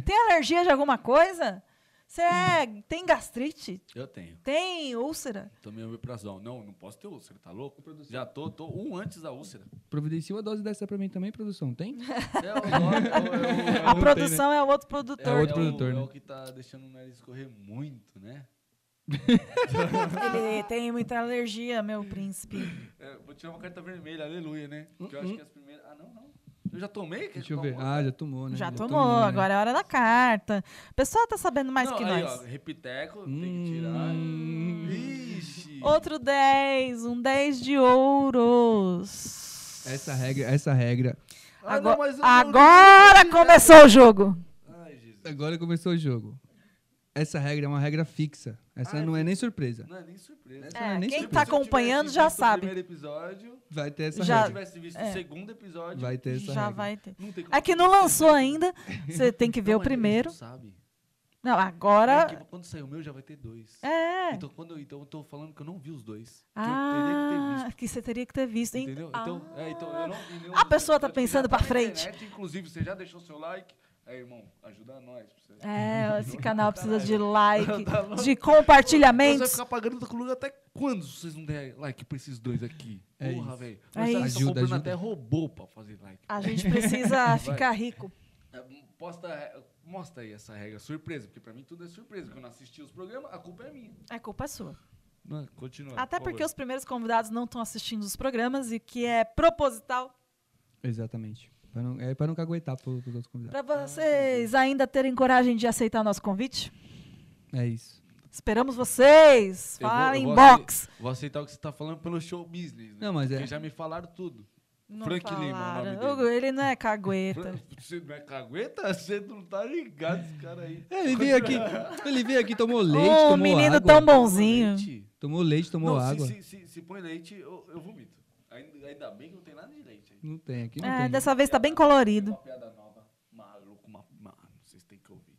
Tem alergia de alguma coisa? Você é, tem gastrite? Eu tenho. Tem úlcera? Também o omeprazol. Não, não posso ter úlcera, tá louco? Já tô, tô um antes da úlcera. Providencia uma dose dessa para mim também, produção. Tem? É o nome, é o- é o- A tem, né? produção é o outro é o- produtor. outro é o- produtor, né? É o que tá deixando o nariz correr muito, né? Ele tem muita alergia, meu príncipe. É, vou tirar uma carta vermelha, aleluia, né? Porque eu acho que as primeiras. Ah, não, não. Eu já tomei? é Deixa eu ver. Ah, já tomou, né? Já tomou, né? agora é a hora da carta. O pessoal tá sabendo mais que aí, nós. Ó, repiteco, tem que tirar. Hum. Ixi. Outro 10, um 10 de ouros. Essa regra, essa regra. Ah, Ago- não, mas eu não- né? agora começou o jogo. Ai, Jesus. Agora começou o jogo. Essa regra é uma regra fixa. Essa Ah, é não é nem surpresa. Não é nem surpresa. não é É, nem quem tá surpresa. Se eu acompanhando tivesse já visto sabe. O primeiro episódio, Vai ter essa Já- se eu regra. tivesse visto é. o segundo episódio, Vai ter essa Já regra. vai ter. não tem como. É que não lançou ainda. Você tem que ver Não, o mas eles primeiro. não Sabe. Não, É que agora. quando sair o meu já vai ter dois. É. Então, quando eu, então eu tô falando que Então, eu não vi os dois. Que Ah, eu teria que ter visto. que você teria que ter visto. hein? Entendeu? Ah. Então, é, então eu não vi nenhum A dos pessoa tá episódios, que já pensando pra na frente. internet, inclusive, você já deixou seu like. Aí, irmão, ajuda nós. Precisa... É, esse canal precisa de like, Tá louco. de Nós vai compartilhamentos. ficar pagando com Lula até quando se vocês não derem like pra esses dois aqui? É Porra, isso. velho. É isso. Ah. Ajuda, comprando ajuda. até robô pra fazer like. A gente precisa ficar rico. É, Posta, mostra aí essa regra, surpresa, porque pra mim tudo é surpresa. Quando eu assisti os programas, a culpa é minha. A culpa é sua. Não, continua. Até porque os primeiros convidados não estão assistindo os programas e que é proposital Exatamente. Pra não, é pra não caguetar pro- pros outros convidados. Ah, para vocês ainda terem coragem de aceitar nosso convite. É isso. Esperamos vocês. Eu vou- Fala eu em vou box. Vou aceitar o que você tá falando pelo show business, né? Não, mas é- Porque já me falaram tudo. Não Frank Lima é o falaram. nome dele. Hugo, Ele não é cagueta. Você não é cagueta? Você não tá ligado, esse cara aí. É, Ele veio aqui, ele veio aqui, tomou leite, um tomou menino água. tão bonzinho. Leite? Tomou leite, tomou Não, se- água. Se, se- se põe leite, eu, eu vomito. Ainda, ainda bem que não tem nada de leite aí. Não tem aqui, não É, tem. dessa vez tá bem colorido. Uma piada nova. Maluco, ma- ah, mano, vocês têm que ouvir.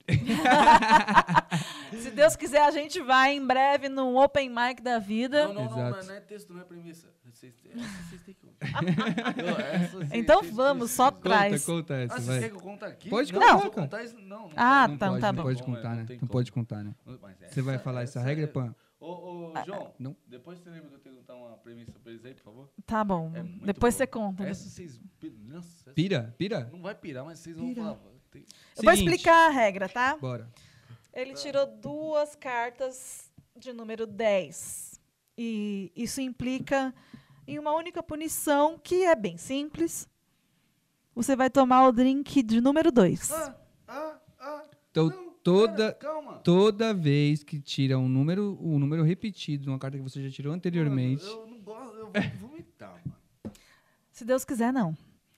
Se Deus quiser, a gente vai em breve num open mic da vida. Não, não, não, Exato. não, é- não é texto, não é premissa. Vocês, essa vocês têm que ouvir. Não, essa vocês- Então vocês vamos, só precisam. traz. Conta, conta Ah, essa, vocês vai. querem que eu conte aqui? Pode não, contar, se eu cara. contar isso, não, não Ah, Não tá, pode, tá não bom. pode Não, é, contar, não né? tem Não como. pode contar, né? tem. Mas essa- Você vai falar essa regra, é- Pan? Ô, ô, Ah, João, não. depois você lembra que eu tenho que contar uma premissa pra eles aí, por favor? Tá bom. É muito Depois boa. você conta. né? Essa vocês... Nossa, essa- Pira, pira. não vai pirar, mas vocês vão Pira. falar. Tem- Eu vou Seguinte. explicar a regra, tá? Bora. Ele Tá. tirou duas cartas de número 10. E isso implica em uma única punição, que é bem simples. Você vai tomar o drink de número 2. Ah, ah, ah. Então, não, toda- pera, calma. Toda vez que tira um número, um número repetido de uma carta que você já tirou anteriormente, Mano, eu não gosto, eu vou vomitar, mano. Se Deus quiser, não.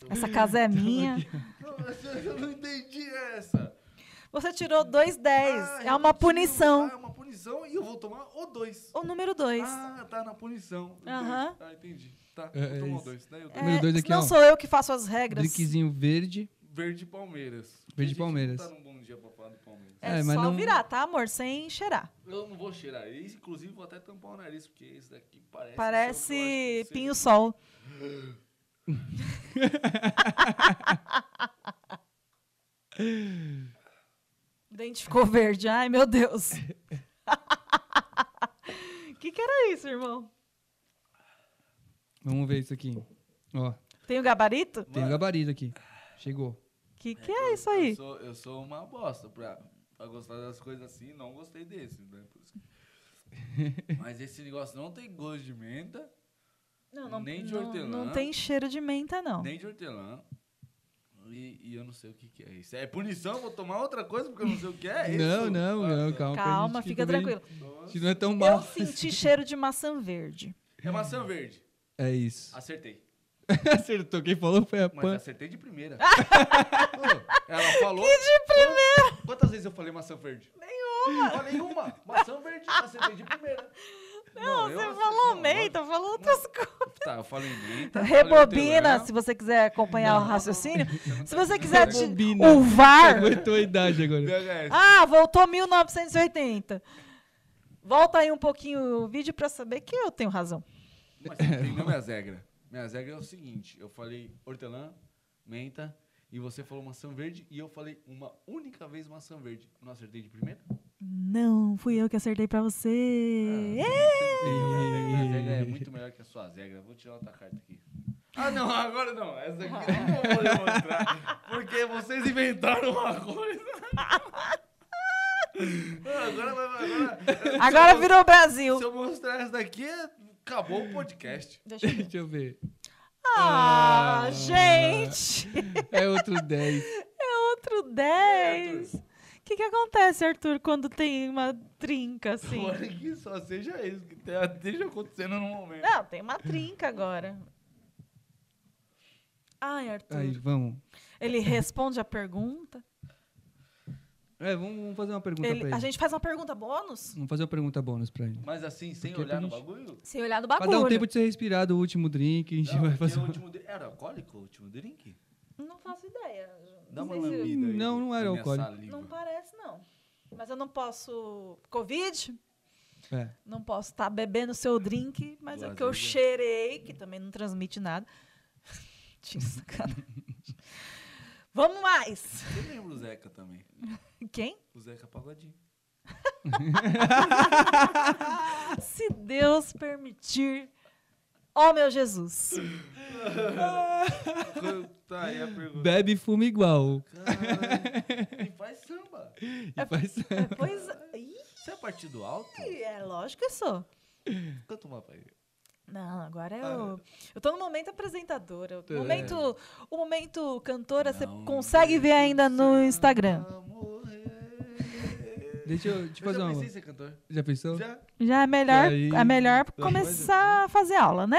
Essa casa é minha. Não, eu eu não entendi essa. Você tirou dois 10. Ah, é uma eu preciso- punição. Ah, é uma punição e eu vou tomar o dois. O número 2. Ah, tá na punição. O Aham. dois. Ah, entendi. Tá, É, é vou tomar o isso. dois. Daí eu tomo. número dois aqui, não ó. sou eu que faço as regras. drinkzinho verde. Verde Palmeiras. Tem Verde gente que Palmeiras. Não tá num bom dia pra falar do Palmeiras. É, É, só mas não- virar, tá, amor? Sem cheirar. Eu não vou cheirar isso, inclusive vou até tampar o nariz, porque esse daqui parece. Parece pinho. pinho-sol. O dente ficou verde. Ai, meu Deus. O que, que era isso, irmão? Vamos ver isso aqui. Ó, Tem o gabarito? tem o gabarito aqui. Chegou. Que que é isso aí? Eu sou, eu sou uma bosta pra, pra gostar das coisas assim, não gostei desse, né? Por isso que- Mas esse negócio não tem gosto de menta, Não, nem de não, hortelã. não tem cheiro de menta, não. nem de hortelã. E, e eu não sei o que, que é isso. É punição? Vou tomar outra coisa porque eu não sei o que é? Não, isso? não, não, calma. que a Calma, gente- que fica também- tranquilo. A Nossa. gente não é tão Eu mal. senti cheiro de maçã verde. É maçã verde. É isso. Acertei. Acertou. Quem falou foi a Mas é Pan. acertei de primeira. Pô, Ela falou. Que de primeira! Quantas vezes eu falei maçã verde? Nenhuma! Falei uma! Maçã verde, acertei de primeira. Não, eu você acertei- falou não, menta, falou outras coisas. Tá, eu falei menta. falei Rebobina, hortelã. se você quiser acompanhar o raciocínio. Se você tá quiser te... Rebobina. o VAR. Aguentou a idade agora. VHS. Ah, voltou 1980. Volta aí um pouquinho o vídeo pra saber que eu tenho razão. Mas você entendeu minhas regras? Minhas regras é o seguinte: eu falei hortelã, menta, e você falou maçã verde, e eu falei uma única vez maçã verde. Não acertei de primeira? Não, fui eu que acertei pra você. Minhas regras é muito melhor que as suas regras. Vou tirar outra carta aqui. Ah, não, agora não. Essa daqui eu não vou poder mostrar. Porque vocês inventaram uma coisa. Ah, Agora, vai- agora, É. Agora virou Brasil. se eu mostrar essa daqui, acabou o podcast. Deixa eu ver. Deixa eu ver. Ah, Ah. gente! É outro 10. É outro 10. O que, que acontece, Arthur, quando tem uma trinca assim? Tomara que só seja isso, que te- esteja acontecendo no momento. Não, tem uma trinca agora. Ai, Arthur. Aí, vamos. Ele responde a pergunta. É, vamos, vamos fazer uma pergunta Ele- pra ele. a gente faz uma pergunta bônus Vamos fazer uma pergunta bônus pra ele. Mas assim, sem Porque olhar no pra gente- bagulho? sem olhar do Pra bagulho. dar um tempo de ser respirado o último drink, a gente Não, vai porque fazer. o uma- último drink. Era alcoólico o último drink? Não faço ideia. Dá Não uma sei se- lambida aí. Não, não era na minha alcoólico. saliva. Não parece, não. Mas eu não posso. Covid? É. Não posso estar bebendo seu drink, mas é Duas que eu vezes, né? cheirei, que também não transmite nada. Tinha sacanagem. Vamos mais! Eu lembro o Zeca também. Quem? O Zeca Pagodinho. Ah, Se Deus permitir. Ó meu Jesus! tá aí a pergunta. Bebe e fuma igual. Caralho. E faz samba. E É- faz- Pois. Ih, Você é partido alto? é lógico que eu sou. Canta uma pra ele. Não, agora Ah. eu. Eu tô no momento apresentadora. O É. momento, o momento cantora, você Não consegue ver ainda no Instagram. precisa morrer. Deixa eu te eu fazer já uma. pensei em ser cantor. Já pensou? Já? Já é melhor, Aí- é melhor Tá, começar a fazer aula, né?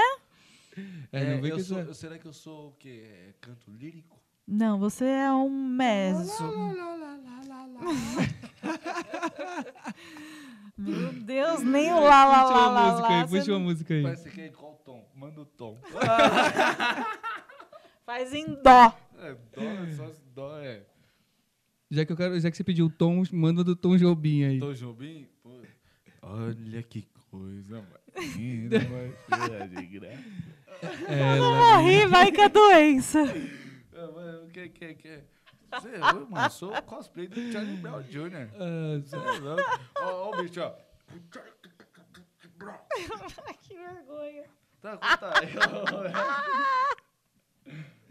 É, não vem eu que sou- isso é- eu- Será que eu sou o quê? É, Canto lírico? Não, você é um meso. Meu Deus, nem o lá lá Puxa lá uma lá, música lá aí, você puxa uma não- música aí. Parece que é qual tom? Manda o tom. faz em dó. É, dó, é só se dó, é. Já que, eu quero, já que você pediu o tom, manda do Tom Jobim aí. Tom Jobim? Pô. Olha que coisa mais linda, mais cheia de graça. É, Eu lá- morri, vai que é doença. Ah, mano, o que, que, que? Você é louco, mano? Sou o cosplay do Charlie Brown Jr. Ah, Você é louco? Ó, ó o bicho, ó. que vergonha. Tá, conta aí. ó.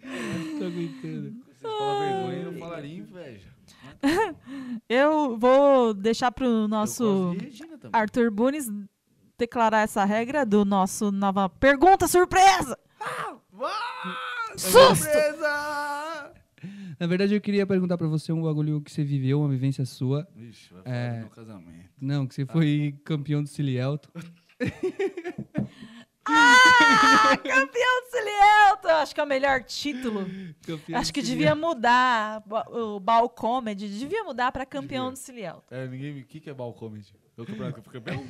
não tô aguentando. Vocês falam vergonha, eu falaria inveja. Eu vou deixar pro Eu nosso gosto de Regina também. Arthur Bunes declarar essa regra do nosso nova pergunta surpresa. Ah, Susto! Surpresa! Na verdade, eu queria perguntar pra você um bagulho que você viveu, uma vivência sua. Vixe, vai falar É. do meu casamento. Não, que você foi Ah. campeão do Cilielto. Ah, campeão do Cilielto! Acho que é o melhor título. um Acho que devia mudar ba- o Bal Comedy, devia mudar pra campeão Devia. do Cilielto. É, ninguém me... O que, que é ball comedy? É o campeonato que eu fui campeão?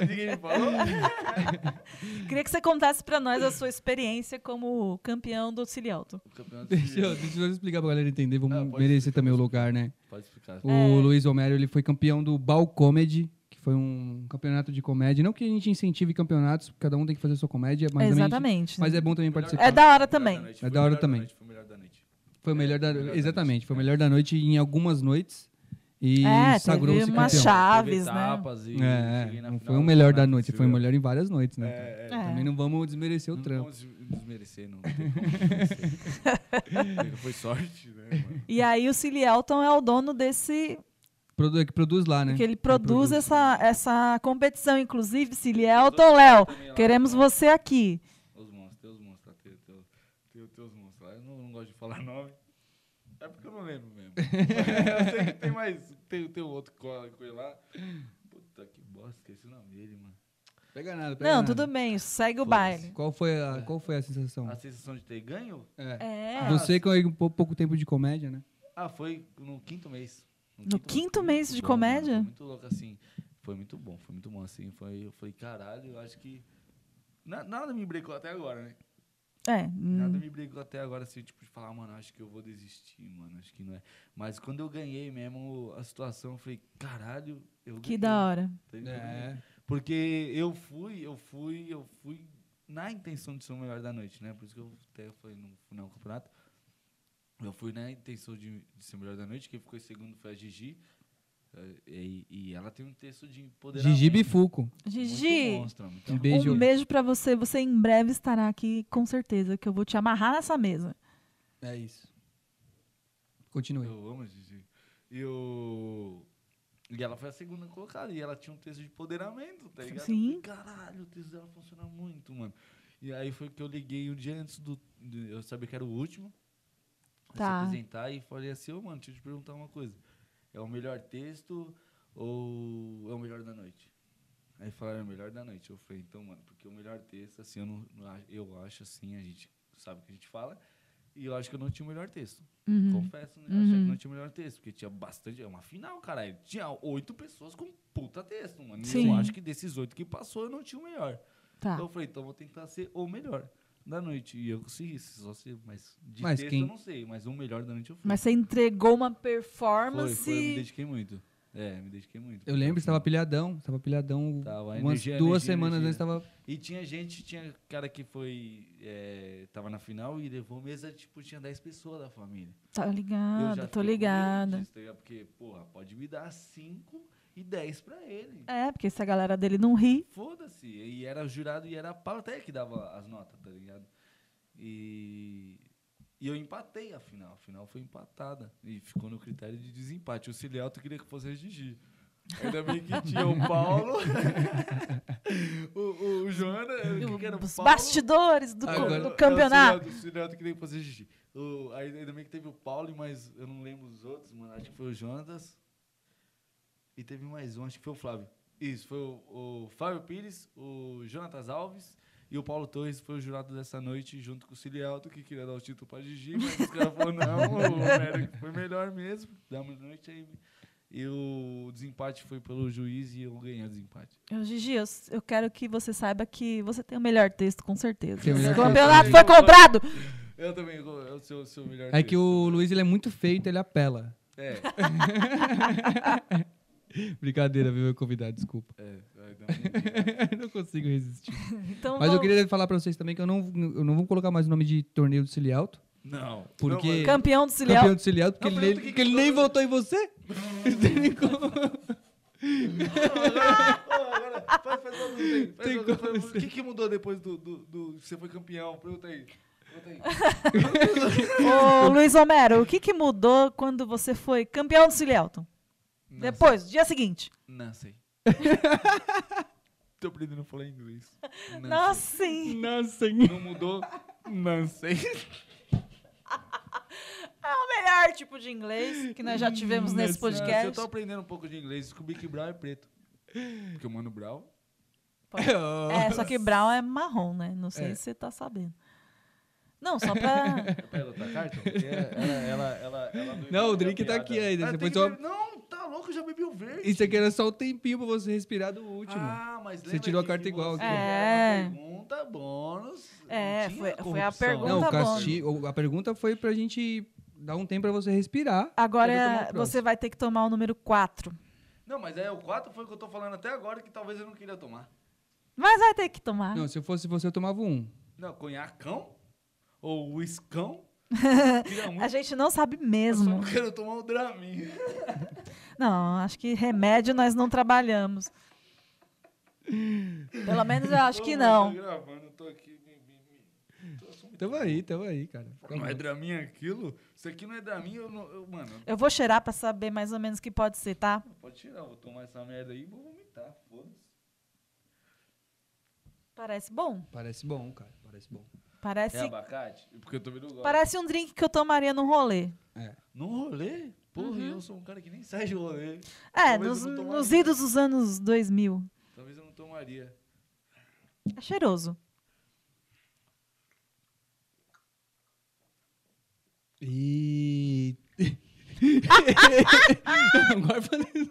ninguém me falou? Queria que você contasse pra nós a sua experiência como campeão do Cilielto. O campeonato de- Deixa eu, deixa eu explicar pra galera entender, vamos Ah, pode merecer explicar também o mesmo. lugar, né? Pode explicar. O É. Luiz Homero, ele foi campeão do Bal Comedy, que foi um campeonato de comédia. Não que a gente incentive campeonatos, cada um tem que fazer a sua comédia, mas, também a gente- Exatamente. né? mas é bom também participar. É da hora Melhor também. noite, É foi da hora melhor também. noite, Foi o melhor da noite. Foi o melhor da, melhor da exatamente, noite, foi o é. melhor da noite em algumas noites. E E É, sagrou-se teve uma campeão. chave. Chaves, né? etapas e É, cheguei na não final foi o do melhor da campeonato, noite, você foi o viu? melhor em várias noites, né? cara? É, é. É. Também não vamos desmerecer o Não trampo. vamos des- desmerecer, não. Não tem como desmerecer. Não foi sorte, né, mano? E aí o Cilly Elton é o dono desse. Produ- que produz lá, né? Que ele produz produz. essa, essa competição, inclusive, Cilly Elton, Léo. Também lá, Queremos né? você aqui. Os monstros, tem os monstros lá, tem, tem, Tem, tem os monstros lá. Eu não, não gosto de falar nome. É porque eu não lembro mesmo. eu sei que tem mais. Tem, tem um outro co- com ele lá. Puta que bosta, esqueci o nome dele, mano. Pega nada, pega Não, nada. tudo bem, segue o Foda-se. baile. Qual foi a, qual foi a sensação? A sensação de ter ganho? É. É. Você com um pou- pouco tempo de comédia, né? Ah, foi no quinto mês. No quinto foi mês muito de bom, mano, comédia? Foi muito louco, assim. Foi muito bom, foi muito bom, assim. Foi, eu falei, caralho, eu acho que. na- nada me brecou até agora, né? É. Nada hum. me brigou até agora, assim, tipo, de falar, mano, acho que eu vou desistir, mano, acho que não é. Mas quando eu ganhei mesmo a situação, eu falei, caralho, eu Que ganhei, da hora. tá ligado? É. Porque eu fui, eu fui, eu fui na intenção de ser o melhor da noite, né? Por isso que eu até falei no final do campeonato. Eu fui na intenção de, de ser o melhor da noite, quem ficou em segundo foi a Gigi. eh, E, e ela tem um texto de empoderamento. Gigi Bifuco. muito Gigi, monstro, Então, muito Um beijo. um beijo pra você. Você em breve estará aqui, com certeza, que eu vou te amarrar nessa mesa. É isso. Continue. Eu amo a Gigi. E o. E ela foi a segunda colocada. E ela tinha um texto de empoderamento, tá ligado? Eu Sim. falei, Caralho, o texto dela funciona muito, mano. E aí foi que eu liguei um dia antes do. do- Eu sabia que era o último. a Tá. Se apresentar e falei assim, ô mano, deixa eu te perguntar uma coisa. É o melhor texto ou é o melhor da noite? Aí falaram, é o melhor da noite. Eu falei, então, mano, porque o melhor texto, assim, eu, não, não acho- eu acho assim, a gente sabe o que a gente fala. E eu acho que eu não tinha o melhor texto. Uhum. Confesso, né? Eu Achei que não tinha o melhor texto, porque tinha bastante. É uma final, caralho. Tinha oito pessoas com puta texto, mano. E Sim. eu acho que desses oito que passou, eu não tinha o melhor. Tá. Então eu falei, então vou tentar ser o melhor da noite. E eu consegui, se só ser. Mas de Mas texto quem- eu não sei, mas o melhor da noite eu fui. Mas você entregou uma foi, performance. foi, eu me dediquei muito. É, me dediquei muito. Assim, Eu lembro, estava estava pilhadão. Estava pilhadão. Tava, umas energia, duas energia, semanas energia. antes estava. E tinha gente, tinha cara que foi. É, tava na final e levou mesa, tipo, tinha 10 pessoas da família. Tá Eu ligada, já tô fiquei com medo ligada. disso, tá ligado? Porque, porra, pode me dar 5 e 10 pra ele. É, porque se a galera dele não ri. Foda-se. E era o jurado e era a plateia que dava as notas, tá ligado? E, e eu empatei a final. A final foi empatada. E ficou no critério de desempate. O Cilialto queria que fosse a Gigi. Ainda bem que tinha o Paulo, o, o, o Joana, que que era um o Os Paulo? bastidores do, Agora- co- é do o campeonato. Cilialto- O Cilialto queria que fosse a Gigi. O, aí- ainda bem que teve o Paulo, mas eu não lembro os outros, mano. Acho que foi o Jonas. E teve mais um, acho que foi o Flávio. Isso, foi o, o Flávio Pires, o Jonatas Alves e o Paulo Torres foi o jurado dessa noite, junto com o Cili Alto, que queria dar o título pra Gigi, mas os caras falaram, não, o Eric foi melhor mesmo, dá uma noite aí. E o desempate foi pelo juiz e eu ganhei o desempate. Eu, Gigi, eu, s- eu quero que você saiba que você tem o melhor texto, com certeza. Tem o Esse melhor campeonato texto. foi comprado! Eu também, eu, eu sou o seu melhor É que texto. o Luiz ele é muito feito, ele apela. É, Brincadeira, viu, meu convidado, desculpa. é, vai dar um- não consigo resistir. Então, Mas eu vamos- queria falar pra vocês também que eu não, eu não vou colocar mais o nome de torneio do Cili Alto. Não. Porque- Não, mas- campeão do Cilial. Campeão do Cili Alto, porque Não, ele, pergunta o que porque que ele ele nem falou. votou em você. Não tem nem como. Ô, agora, faz, faz uma pergunta Tem aí. Faz uma pergunta, como faz uma- ser. O que, que mudou depois do, do, do- que Você foi campeão? Pergunta aí. Pergunta aí. Ô, Luiz Homero, o que, que mudou quando você foi campeão do Cilielton? Não Depois, dia seguinte. sei. Não sei. Tô aprendendo a falar inglês. Não Nossa, sei. sim. Nossa, Não mudou? Não sei. É o melhor tipo de inglês que nós já tivemos nesse Eu podcast. tô aprendendo um pouco de inglês. Descobri que Brown é preto. Porque o Mano Brown... É, só que Brown é marrom, né? Não sei se você tá sabendo. Não, só pra. Pera, ela tá carta? Porque Ela, ela, ela, ela Não, o entende a drink tá piada. aqui ainda. Ah, Você tem pode que só- beber- Não, tá louco, eu já bebi o verde. Isso aqui era só o tempinho pra você respirar do último. Ah, mas Você lembra tirou a que carta você igual, fizeram É. uma Pergunta, bônus. não É, tinha foi- foi a corrupção. pergunta não, o tá bom. castigo. A pergunta foi pra gente dar um tempo pra você respirar. Pra eu tomar Agora o você próximo. vai ter que tomar o número 4. Não, mas é o 4 foi o que eu tô falando até agora que talvez eu não queria tomar. Mas vai ter que tomar. Não, se eu fosse você, eu tomava um. Não, conhacão ou uiscão. Queria A muito. gente não sabe Eu só mesmo. não quero tomar o Dramin. Não, acho que remédio nós não trabalhamos. Pelo menos eu acho que Eu não. tô gravando, tô aqui. Me, me, me, tô assumindo. Tamo aí, tamo aí, cara. Fica Não é bom. draminha aquilo? Isso aqui não é draminha, eu não. eu- mano, Eu vou cheirar pra saber mais ou menos o que pode ser, tá? pode tirar, eu vou tomar essa merda aí e vou vomitar, foda-se. Parece bom. Parece bom, cara. Parece bom. Parece, É abacate? Porque eu também não gosto. parece um drink que eu tomaria num rolê. No rolê? Porra, eu sou um cara que nem sai de rolê. É, Talvez nos, eu não tomaria. nos idos dos anos 2000. Talvez eu não tomaria. É cheiroso. E. Agora falei.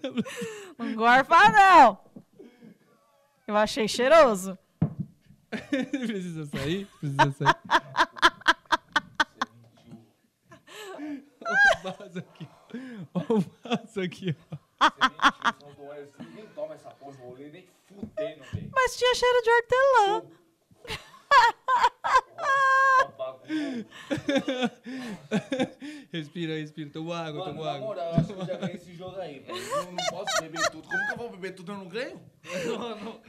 Não gorfa, Ah, não! Eu achei cheiroso. Precisa sair? Precisa sair. Olha o vaso aqui. Olha o vaso aqui, ó. Você mentiu, você não nem toma essa porra de rolê, nem fudendo, velho. Mas tinha cheiro de hortelã. Respira, respira. Toma água, Mano, toma na água. moral, eu acho que eu já ganhei esse jogo aí, velho. Eu não posso beber tudo. Como que eu vou beber tudo? Eu não ganho? Mano,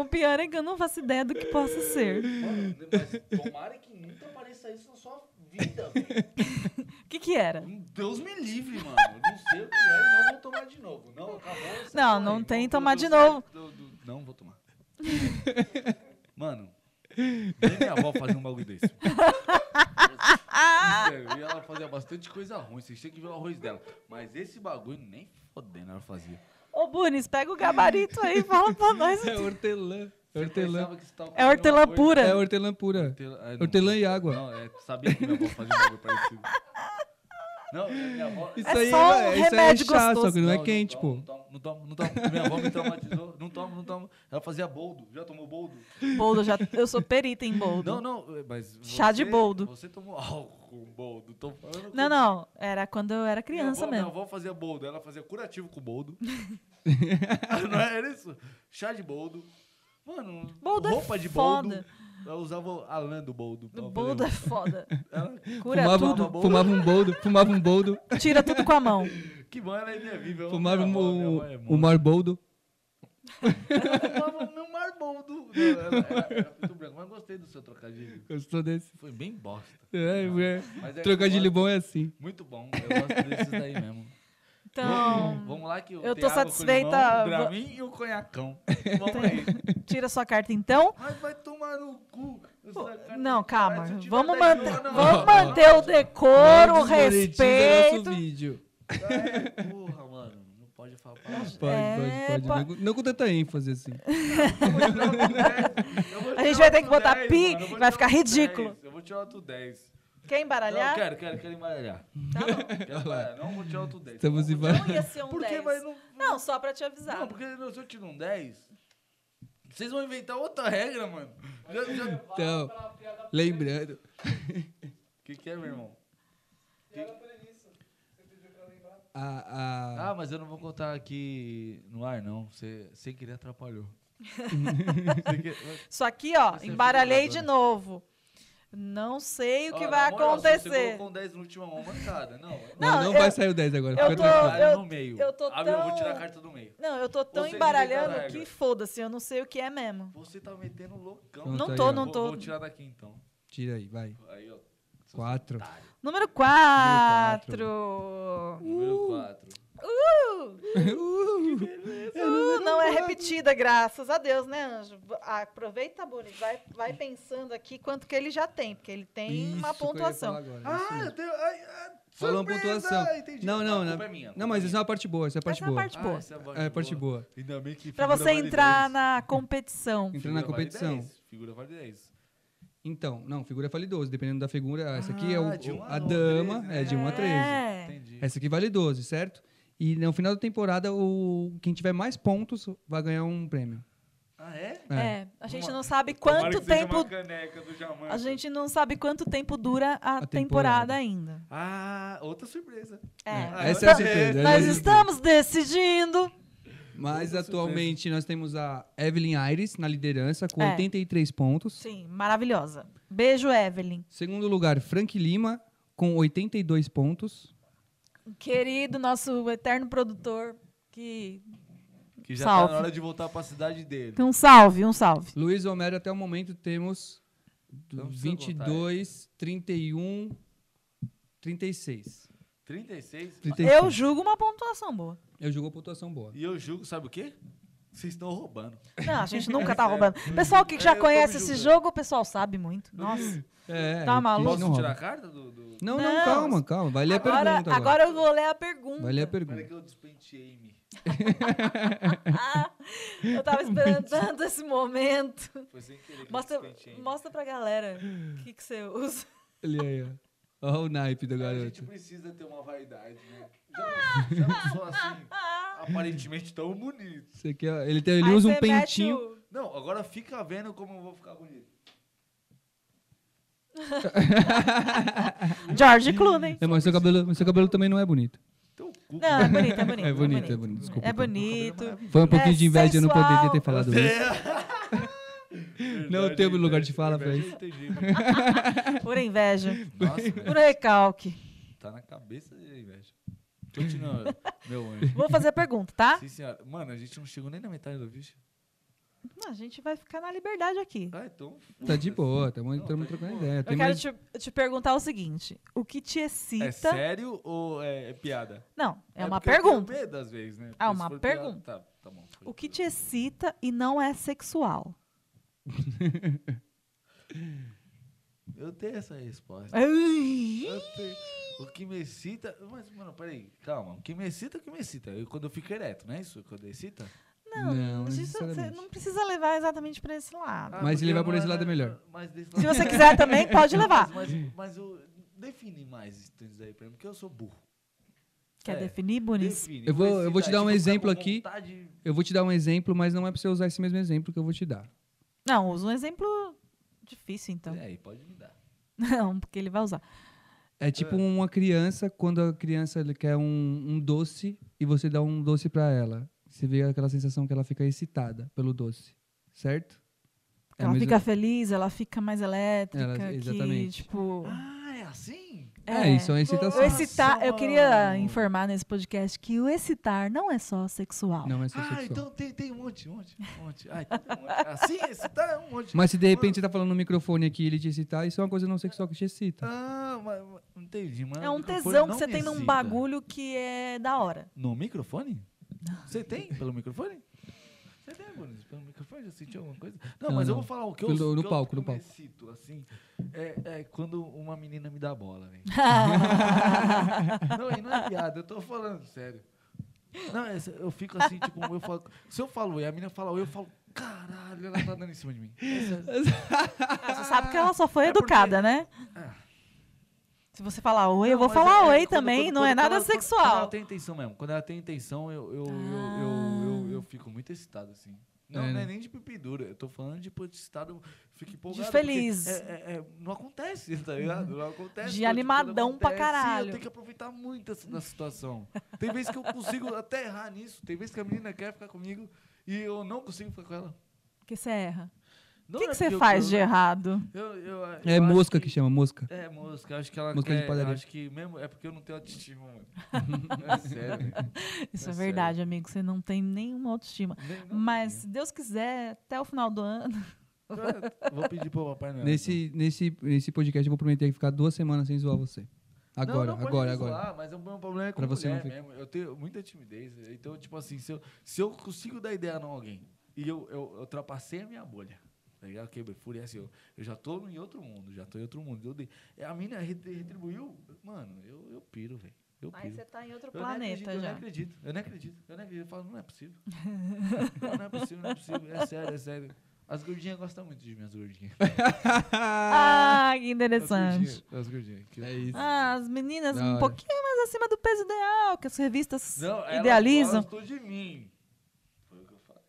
O pior é que eu não faço ideia do que possa ser. mano, mas tomara que nunca apareça isso na sua vida, velho. O que que era? Deus me livre, mano. Eu Não sei o que é e não vou tomar de novo. Não, acabou. essa Não, porra não aí. tem Não, tomar deu de certo, novo. deu- deu- Não vou tomar. Mano, nem minha avó fazia um bagulho desse. Sério, e ela fazia bastante coisa ruim. Vocês têm que ver o arroz dela. Mas esse bagulho nem fodendo ela fazia. Ô, Bunis, pega o gabarito aí e fala pra nós. É hortelã. É hortelã. Pensava que você tava É comendo hortelã arroz. pura. É hortelã pura. Hortelã, é, não- Hortelã e água. Não, é, sabia que minha avó fazia um bagulho parecido. Não, minha avó... Isso É aí só um é, isso aí é remédio chá, só gostoso. que não é não quente, tomo, pô. Não tomo, não tomo, não tomo. Minha avó me traumatizou. Não tomo, não tomo. Ela fazia boldo. Já tomou boldo? Boldo, já, eu sou perita em boldo. Não, não, eh, mas. Chá de você- boldo. Você tomou álcool com boldo. Tô falando com- Não, não. Era quando eu era Minha criança avó- mesmo. Minha avó fazia boldo, ela fazia curativo com boldo. não era isso? Chá de boldo. Mano, Boldo é roupa de foda. boldo. Ela usava a lã do boldo. pra O fazer boldo é foda. Ela- Cura fumava, tudo. fumava um boldo, fumava um boldo, Tira tudo com a mão. Que bom, ela ainda é viva. eu amo fumava minha avó, minha um, avó é um monstro. mar boldo. Ela fumava meu marboldo. Não, ela- ela era preto e branco, mas gostei do seu trocadilho. Gostou desse? Foi bem bosta. É, é. Mas é- Trocadilho bom é assim. Muito bom, eu gosto desses daí mesmo. Então, Vamos lá que o eu tô Thiago com satisfeita, o limão, o va- Dramin e o conhacão. Vamos aí. tira então, sua carta então. Mas vai tomar no cu. essa Pô, cara é um Não, tipo de calma. caralho, se eu tiver Vamos dez manter, mil, não, vamos não, manter o decoro, Não o desmonetiza respeito. nosso vídeo. É, porra, mano. Não pode falar palavra. Pode, É, pode, pa- pode. Não, não com tanta ênfase assim. Eu vou A gente vai tirar ter que outro botar 10, pi, mano, eu vou vai tirar ficar outro ridículo. 10, Eu vou tirar outro 10. Quer Não, embaralhar? quero, quero, quero embaralhar. Tá bom. Quero embaralhar. Não, vou tirar outro 10. Estamos em Não, vou va- Não ia ser um Por que 10. vai não... Não, só pra te avisar. Não, porque se eu tiro um 10, vocês vão inventar outra regra, mano. Já, já... Então, lembrando. que que é, meu irmão? A, a... Ah, mas eu não vou contar aqui no ar, não. Você sem querer atrapalhou. Sem querer- Isso aqui, ó, Você é embaralhei de filho da novo. Não sei o que Ó, vai na moral, se Você acontecer. colocou um 10 no último, é uma mancada. Não, é Não, Não, não eu- vai sair o 10 agora. eu Fica tô- tranquilo. eu- Caralho no meio. eu tô Ah, meu, eu vou tão- tirar a carta do meio. Não, eu tô tão Você embaralhando inventa que regra. foda-se, eu não sei o que é mesmo. Você tá metendo loucão. Pronto, Não aí, tô, ó. não Vou- tô. Vou tirar daqui então. Tira aí, vai. Aí, ó. Seu 4. Número 4. Número 4. Uh! Uh, não é repetida, graças a Deus, né, Anjo? V- Aproveita, Boni, vai, vai pensando aqui quanto que ele já tem, porque ele tem uma pontuação. Ah, eu tenho. Ai, ah, Falou uma surpresa! pontuação. Entendi. Não, não, A não. culpa é minha, a Não, culpa mas é isso é uma parte boa, isso é a parte Essa é uma boa. parte boa. Ah, essa É a parte boa. Ainda bem que. Pra figura você vale entrar 10. na competição. Entrar na Figura vale competição. 10, Figura vale 10. Então, não, figura vale 12, dependendo da figura. Essa aqui é Ah, o, de um o- a a doze, dama, né? é de 1 a 13. É. Entendi. Essa aqui vale 12, certo? E no final da temporada, o quem tiver mais pontos vai ganhar um prêmio. Ah, é? É, a gente Uma- não sabe Tomara quanto que seja tempo Uma caneca do Jamaica. a gente não sabe quanto tempo dura a, A temporada. temporada. ainda. Ah, outra surpresa. É. É. Essa é a Tá- surpresa. Nós essa é a surpresa. é estamos decidindo. Mas Outra atualmente nós temos a Evelyn Aires na liderança com É. 83 pontos. Sim, maravilhosa. Beijo, Evelyn. Segundo lugar, Frank Lima com 82 pontos. Um Querido, nosso eterno produtor, que. Que já Salve. tá na hora de voltar pra cidade dele. Um salve, um salve. Luiz Homero, até o momento temos Então, Não precisa 22, 31, 36. 36? 36. Eu julgo uma pontuação boa. Eu jogo a pontuação boa. E eu julgo, sabe o quê? Vocês estão roubando. Não, a gente nunca tá roubando. Pessoal que já É, eu tô conhece me esse julgando. Uhum. jogo, o pessoal sabe muito. Nossa. É, Tá que maluco? não Posso rouba. tirar a carta do. do... Não, não, Não. calma, calma. Vai ler a Agora, pergunta agora. agora eu vou ler a pergunta. Vai ler a Peraí pergunta. que eu despenteei-me. Ah, eu tava esperando tanto esse momento. Foi sem querer. que eu Mostra, despenteei-me. mostra pra galera o que, que você usa. Olha aí, ó. Olha o naipe do A gente garoto. precisa ter uma vaidade, né? Já, já não sou assim, aparentemente tão bonito. Isso aqui, ó. Ele, tem- ele Aí usa um você mete pentinho. o- Não, agora fica vendo como eu vou ficar bonito. George Clooney. É, mas seu cabelo, mas seu cabelo também não é bonito. Teu cu. Não, é bonito, é bonito. É bonito, é bonito. Desculpa. É bonito. Foi um pouquinho É de inveja, eu não poderia ter sensual. falado É. isso. né? Não teve lugar né? de fala pra isso. Por inveja. Nossa, velho, Por recalque. tá na cabeça dele, inveja. Continua, meu anjo. Vou fazer a pergunta, tá? Sim, senhora. Mano, a gente não chegou nem na metade do bicho. Não, a gente vai ficar na liberdade aqui. Ah, então. Tá de boa, estamos Não, tá de trocando boa. ideia. Eu Tem quero mais... te, te perguntar o seguinte: o que te excita? É sério ou é, é piada? Não, é, uma porque eu tenho pergunta. medo, às vezes, né? Ah, Porque se uma for piada- pergunta. Tá, tá bom. foi O que tudo. te excita e não é sexual? Eu tenho essa resposta. Ai, Eu tenho- O que me excita. Mas, mano, peraí, calma. O que me excita, é o que me excita? Eu, quando eu fico ereto, não é isso? Quando excita? Não, Não, mas isso- você necessariamente. não precisa levar exatamente pra esse lado. Ah, Mas porque ele vai eu por não esse lado era- é melhor. Mas desse Se lado- você quiser também, pode levar. Mas, mas, mas eu. Define mais isso aí pra mim, porque eu sou burro. Quer É. definir, Bonis? Define, Eu o que vou- excita, eu vou te dar um tipo, tá com exemplo aqui. vontade- Eu vou te dar um exemplo, mas não é pra você usar esse mesmo exemplo que eu vou te dar. Não, usa um exemplo difícil, então. É, aí, pode me dar. Não, porque ele vai usar. É tipo É. uma criança, quando a criança ele quer um, um doce e você dá um doce pra ela. Você vê aquela sensação que ela fica excitada pelo doce, certo? É a Ela mesma- fica feliz, ela fica mais elétrica. Ela- que, exatamente. tipo, Ah, é assim? É, isso é uma excitação. O excitar, eu queria Nossa. informar nesse podcast que o excitar não é só sexual. Não é só Ah, sexual. então tem, tem um monte, um monte, um monte. Ah, então tem um monte. Assim, excitar é um monte. Mas se de repente você tá falando no microfone aqui e ele te excitar, isso é uma coisa não sexual que te excita. Ah, mas, mas entendi, mas É um o microfone tesão que não você me tem num excita. bagulho que é da hora. No microfone? Você tem pelo microfone? Você tem, Bonis? Pelo microfone? Já sentiu alguma coisa? Não, Não, mas eu não. vou falar o que eu Pelo- no que eu- palco, que eu no palco. me excito, assim. É, é quando uma menina me dá bola, velho. não, e não é piada, eu tô falando sério. Não, é sé- eu fico assim, tipo, eu falo. Se eu falo e a menina fala oi, eu falo, caralho, ela tá dando em cima de mim. Ah, você sabe que ela só foi É porque- educada, né? Ah. Se você falar oi, eu Não, vou mas falar é- é oi quando- também, quando- não é quando nada ela- quando- Quando ela sexual. tem intenção mesmo. Quando ela tem intenção, eu, eu, eu, Ah. eu, eu, eu fico muito excitado, assim. Não, É, não né? é nem de pipi dura. Eu tô falando de pô, de excitado, fico empolgado. feliz. porque é- é- é- não acontece, tá ligado? Não acontece. De então, tipo, quando animadão pra acontece, caralho. Eu tenho que aproveitar muito essa, da situação. Tem vezes que eu consigo até errar nisso. Tem vezes que a menina quer ficar comigo e eu não consigo ficar com ela. Porque você erra. O Não que, é que você porque eu- faz eu- de errado? eu- eu- É eu acho mosca que chama, mosca. é, mosca, acho que ela Mosca de quer, padaria. acho que mesmo, é porque eu não tenho autoestima, mano. é sério. Isso é, É sério. verdade, amigo. Você não tem nenhuma autoestima. Nem- não Mas, se Deus quiser, até o final do ano. tenho. Ah, Vou pedir pro papai Noel. Nesse, nesse, nesse podcast eu vou prometer que ficar duas semanas sem zoar você. então. Agora, não, não agora, pode me agora. Zoar, mas o meu problema é com Pra você não mulher ficar- mesmo. Eu tenho muita timidez. Então, tipo assim, se eu, se eu consigo dar ideia a alguém e eu, eu, eu ultrapassei a minha bolha, tá ligado? Quebrei fúria, assim, eu, eu já tô em outro mundo, já tô em outro mundo. Eu dei- a mina rete- retribuiu, mano, eu, eu piro, velho. Eu Aí piro. você tá em outro Eu não acredito, planeta Eu não já. acredito, eu não acredito, eu não acredito. Eu falo, não é possível. não, não é possível, não é possível. É sério, é sério. As gordinhas gostam muito de mim, as gordinhas. Ah, que As interessante. gordinhas, as gordinhas. que- É isso. Ah, as meninas Da um hora. pouquinho mais acima do peso ideal, que as revistas Não, elas idealizam. gostam de mim. Foi o que eu falei.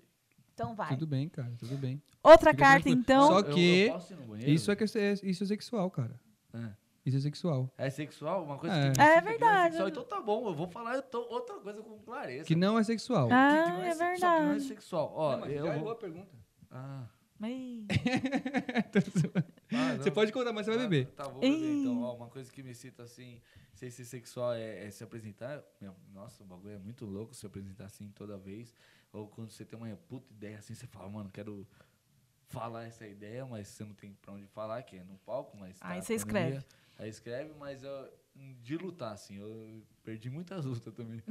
Então vai. Tudo bem, cara, tudo bem. Outra Fica carta, tranquilo. então. Só Eu- que eu posso ir no banheiro? Isso é, que, é- isso é sexual, cara. É. Isso é sexual. É sexual? Uma coisa É. que me É excita, que não verdade. sexual. Então tá bom, eu vou falar eu tô- outra coisa com clareza. Que não é sexual. Ah, Que- que não é sexual, que não é verdade. é sexual. Ó, eu vou- pergunta. Ah, É, Ih, ah, não, tá Você pode contar, mas você vai Ah, beber. Tá, vou beber. Ei. Então, ó, uma coisa que me excita assim, sem ser sexual, é, é se apresentar. Meu, nossa, o bagulho é muito louco se apresentar assim toda vez. Ou quando você tem uma puta ideia assim, você fala, mano, quero falar essa ideia, mas você não tem pra onde falar, que é no palco, mas. Aí a você escreve. Aí escreve, mas eu, hum, de lutar, assim, eu perdi muitas lutas também.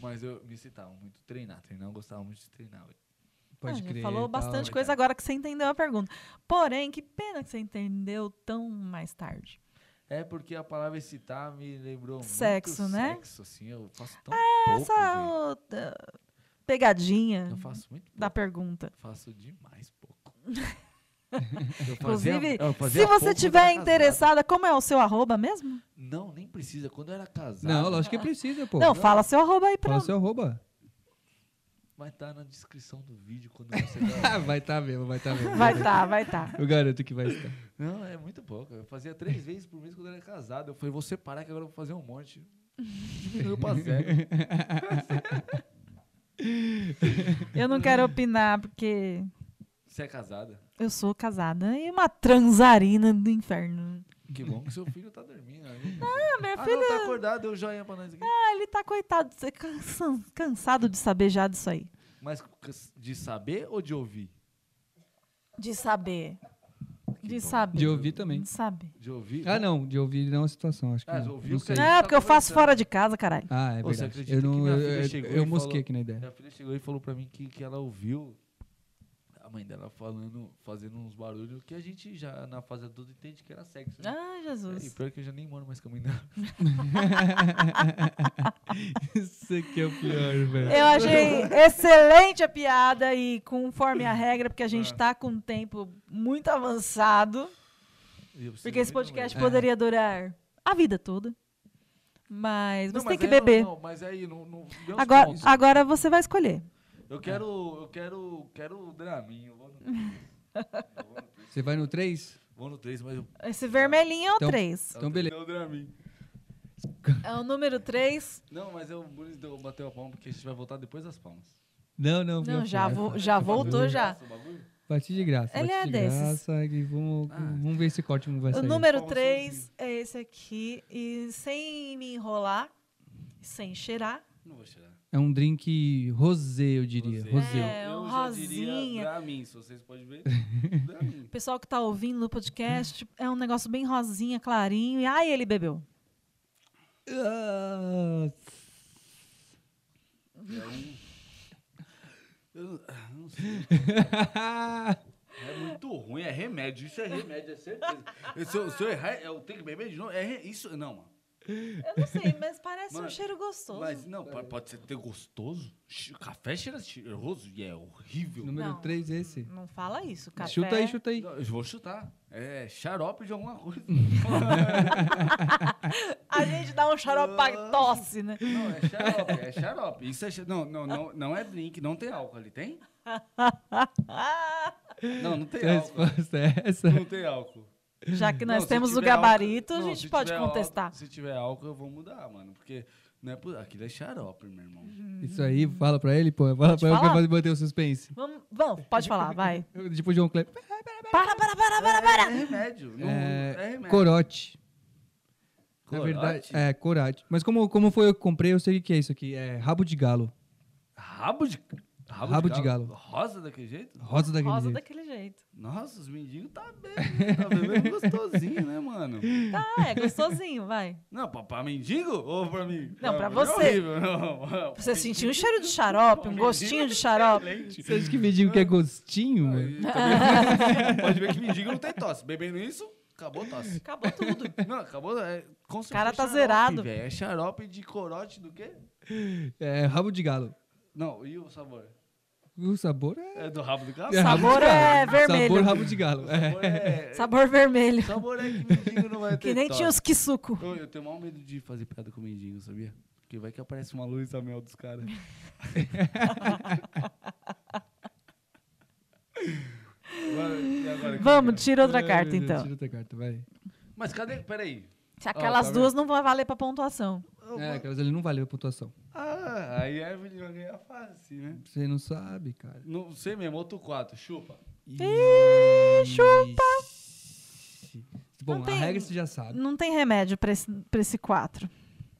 mas eu me excitava muito treinar, treinar, eu gostava muito de treinar. velho. Ah, Pode já crer. tá falou tal. bastante coisa agora que você entendeu a pergunta. Porém, que pena que você entendeu tão mais tarde. É porque a palavra excitar me lembrou Sexo, muito né? É, sexo, assim, eu faço tão pouco, Essa velho. outra pegadinha Eu faço muito da pouco. pergunta. Faço demais pouco. Inclusive, se você tiver né? interessada, como é o seu arroba mesmo? Não, nem precisa. Quando eu era casado. Não, lógico que precisa, pô. não, fala seu arroba aí pra Fala seu arroba. Vai estar na descrição do vídeo quando você. Ah, gravar. vai tá mesmo, vai tá mesmo. Vai tá, vai tá. Eu garanto que vai estar. Não, é muito pouco. Eu fazia três vezes por mês quando eu era casado. Eu falei, vou separar que agora eu vou fazer um monte. Diminuiu pra zero. Eu não quero opinar porque Você é casada? eu sou casada e uma transarina do inferno. Que bom que seu filho tá dormindo. aí. Ah, minha Ah, filha, não, tá acordado. Deu joinha pra nós aqui. ele tá coitado, de ser cansa- cansado de saber já disso aí. Mas de saber ou de ouvir? De saber. Que De bom. saber. De ouvir também. De saber. De ouvir? Ah, não, de ouvir não é uma situação, acho que Ah, não. de ouvir Não o sei. cara- É, tá porque eu faço conversando. fora de casa, caralho. Ah, é Ô, você verdade. acredita Eu, que não, minha eu, filha eu- chegou eu e mosquei falou- aqui na ideia. Minha filha chegou e falou pra mim que, que ela ouviu a mãe dela falando, fazendo uns barulhos que a gente já, na fase adulta, entende que era sexo. Né? Ah, e Jesus. pior que eu já nem moro mais com a mãe dela. Isso aqui é o pior, velho. Eu achei excelente a piada e conforme a regra, porque a gente tá com um tempo muito avançado. E eu preciso Porque esse muito mais. podcast É. poderia durar a vida toda. Mas Não, você tem mas é que aí não- beber. Não, mas aí, não, não dê uns Agora, pontos. agora você vai escolher. Eu quero, eu quero, quero o Dramin, eu vou no, eu vou no, Você vai no 3? vou no 3, mas eu... Esse vermelhinho é o Então- 3. Então, beleza. Não, o Dramin. É o número 3. Não, mas eu, bonito, eu bateu a palma, porque a gente vai voltar depois das palmas. Não, não. Não, minha já, filha. vo- já voltou já. é Esse bagulho? Bati de graça. Ele bati é de desses. graça, e vamos, Ah. vamos ver esse corte como vai O sair. número Palma 3 é esse aqui. E sem me enrolar, sem cheirar. Não vou tirar. É um drink rosé, eu diria. Rosé. Rosé. É. um eu já rosinha. diria Dramin, se vocês podem ver. O Dramin. pessoal que tá ouvindo no podcast é um negócio bem rosinha, clarinho. E ai, ele bebeu. É. Ah, É um... Eu ah, não sei. É muito ruim, é remédio. Isso é remédio, é certeza. Eu- Se eu, se eu errar, eu tenho que beber de novo? É re- isso? Não, mano. Eu não sei, mas parece um Mano, cheiro gostoso. Mas não, pode, pode ser ter gostoso. Chi- Café cheira cheiroso e é horrível. número Não. 3 é esse. Não fala isso, café. Chuta aí, chuta aí. Não, eu vou chutar. É xarope de alguma coisa. A gente dá um Ah. xaropa tosse, né? Não, é xarope, é xarope. Isso é xa- não, não, não, não é drink, não tem álcool ali, tem? Ah, Não, não tem Sua álcool. resposta é essa? Não tem álcool. Já que Não, nós se temos o tiver álcool- gabarito, não, a gente se pode tiver contestar. álcool- se tiver álcool, eu vou mudar, mano. Porque não é por... aquilo é xarope, meu irmão. Uhum. Isso aí, fala pra ele, pô. Fala Hum. Pode pra ele que falar? vai manter o suspense. Vamos, vamos, pode falar, vai. Eu- Tipo o João Kleber. Para, para, para, para, É para. remédio. Não, é É, remédio. corote. Na Corote? verdade, é, corate. Mas como, como foi eu que comprei, eu sei o que é isso aqui. É rabo de galo. Rabo de... Rabo, Rabo de, de galo. galo. Rosa daquele jeito? Rosa daquele Rosa jeito. daquele jeito. Nossa, os mendigos tá bebendo. Tá bebendo gostosinho, né, mano? Tá, é gostosinho, vai. Não, pra, pra mendigo ou pra mim? Não, pra mim você. É horrível, não. Você sentiu um cheiro de xarope, um gostinho de xarope. Excelente. Você acha que mendigo que é gostinho, velho? Também- tá Pode ver que mendigo não tem tosse. Bebendo isso, acabou a tosse. Acabou tudo. Não, acabou. É, com certeza cara tá xarope, zerado. velho. É xarope de corote do quê? É rabo de galo. Não, e o sabor? O sabor é. É do rabo do galo? é rabo de sabor é galo. vermelho. Sabor rabo de galo. O É. sabor é. Sabor vermelho. o sabor é que mendigo não vai ter. Que nem tosse. tinha os quisuco. Eu, eu tenho o maior medo de fazer piada com mendigo, sabia? Porque vai que aparece uma luz a mel dos caras. Agora- e agora, Vamos, tira outra Ai, carta meu Deus, então. é Tira outra carta, vai. é? Mas cadê? Peraí. Se Aquelas tá duas não vão valer pra pontuação. É, aquelas ali não valeu a pontuação. Ah, aí a Evelyn vai ganhar fácil, né? Você não sabe, cara. Não sei mesmo, outro 4, chupa. Ih, chupa. Ixi. Bom, tem- a regra você já Tá sabe. Não tem remédio pra esse, pra esse quatro.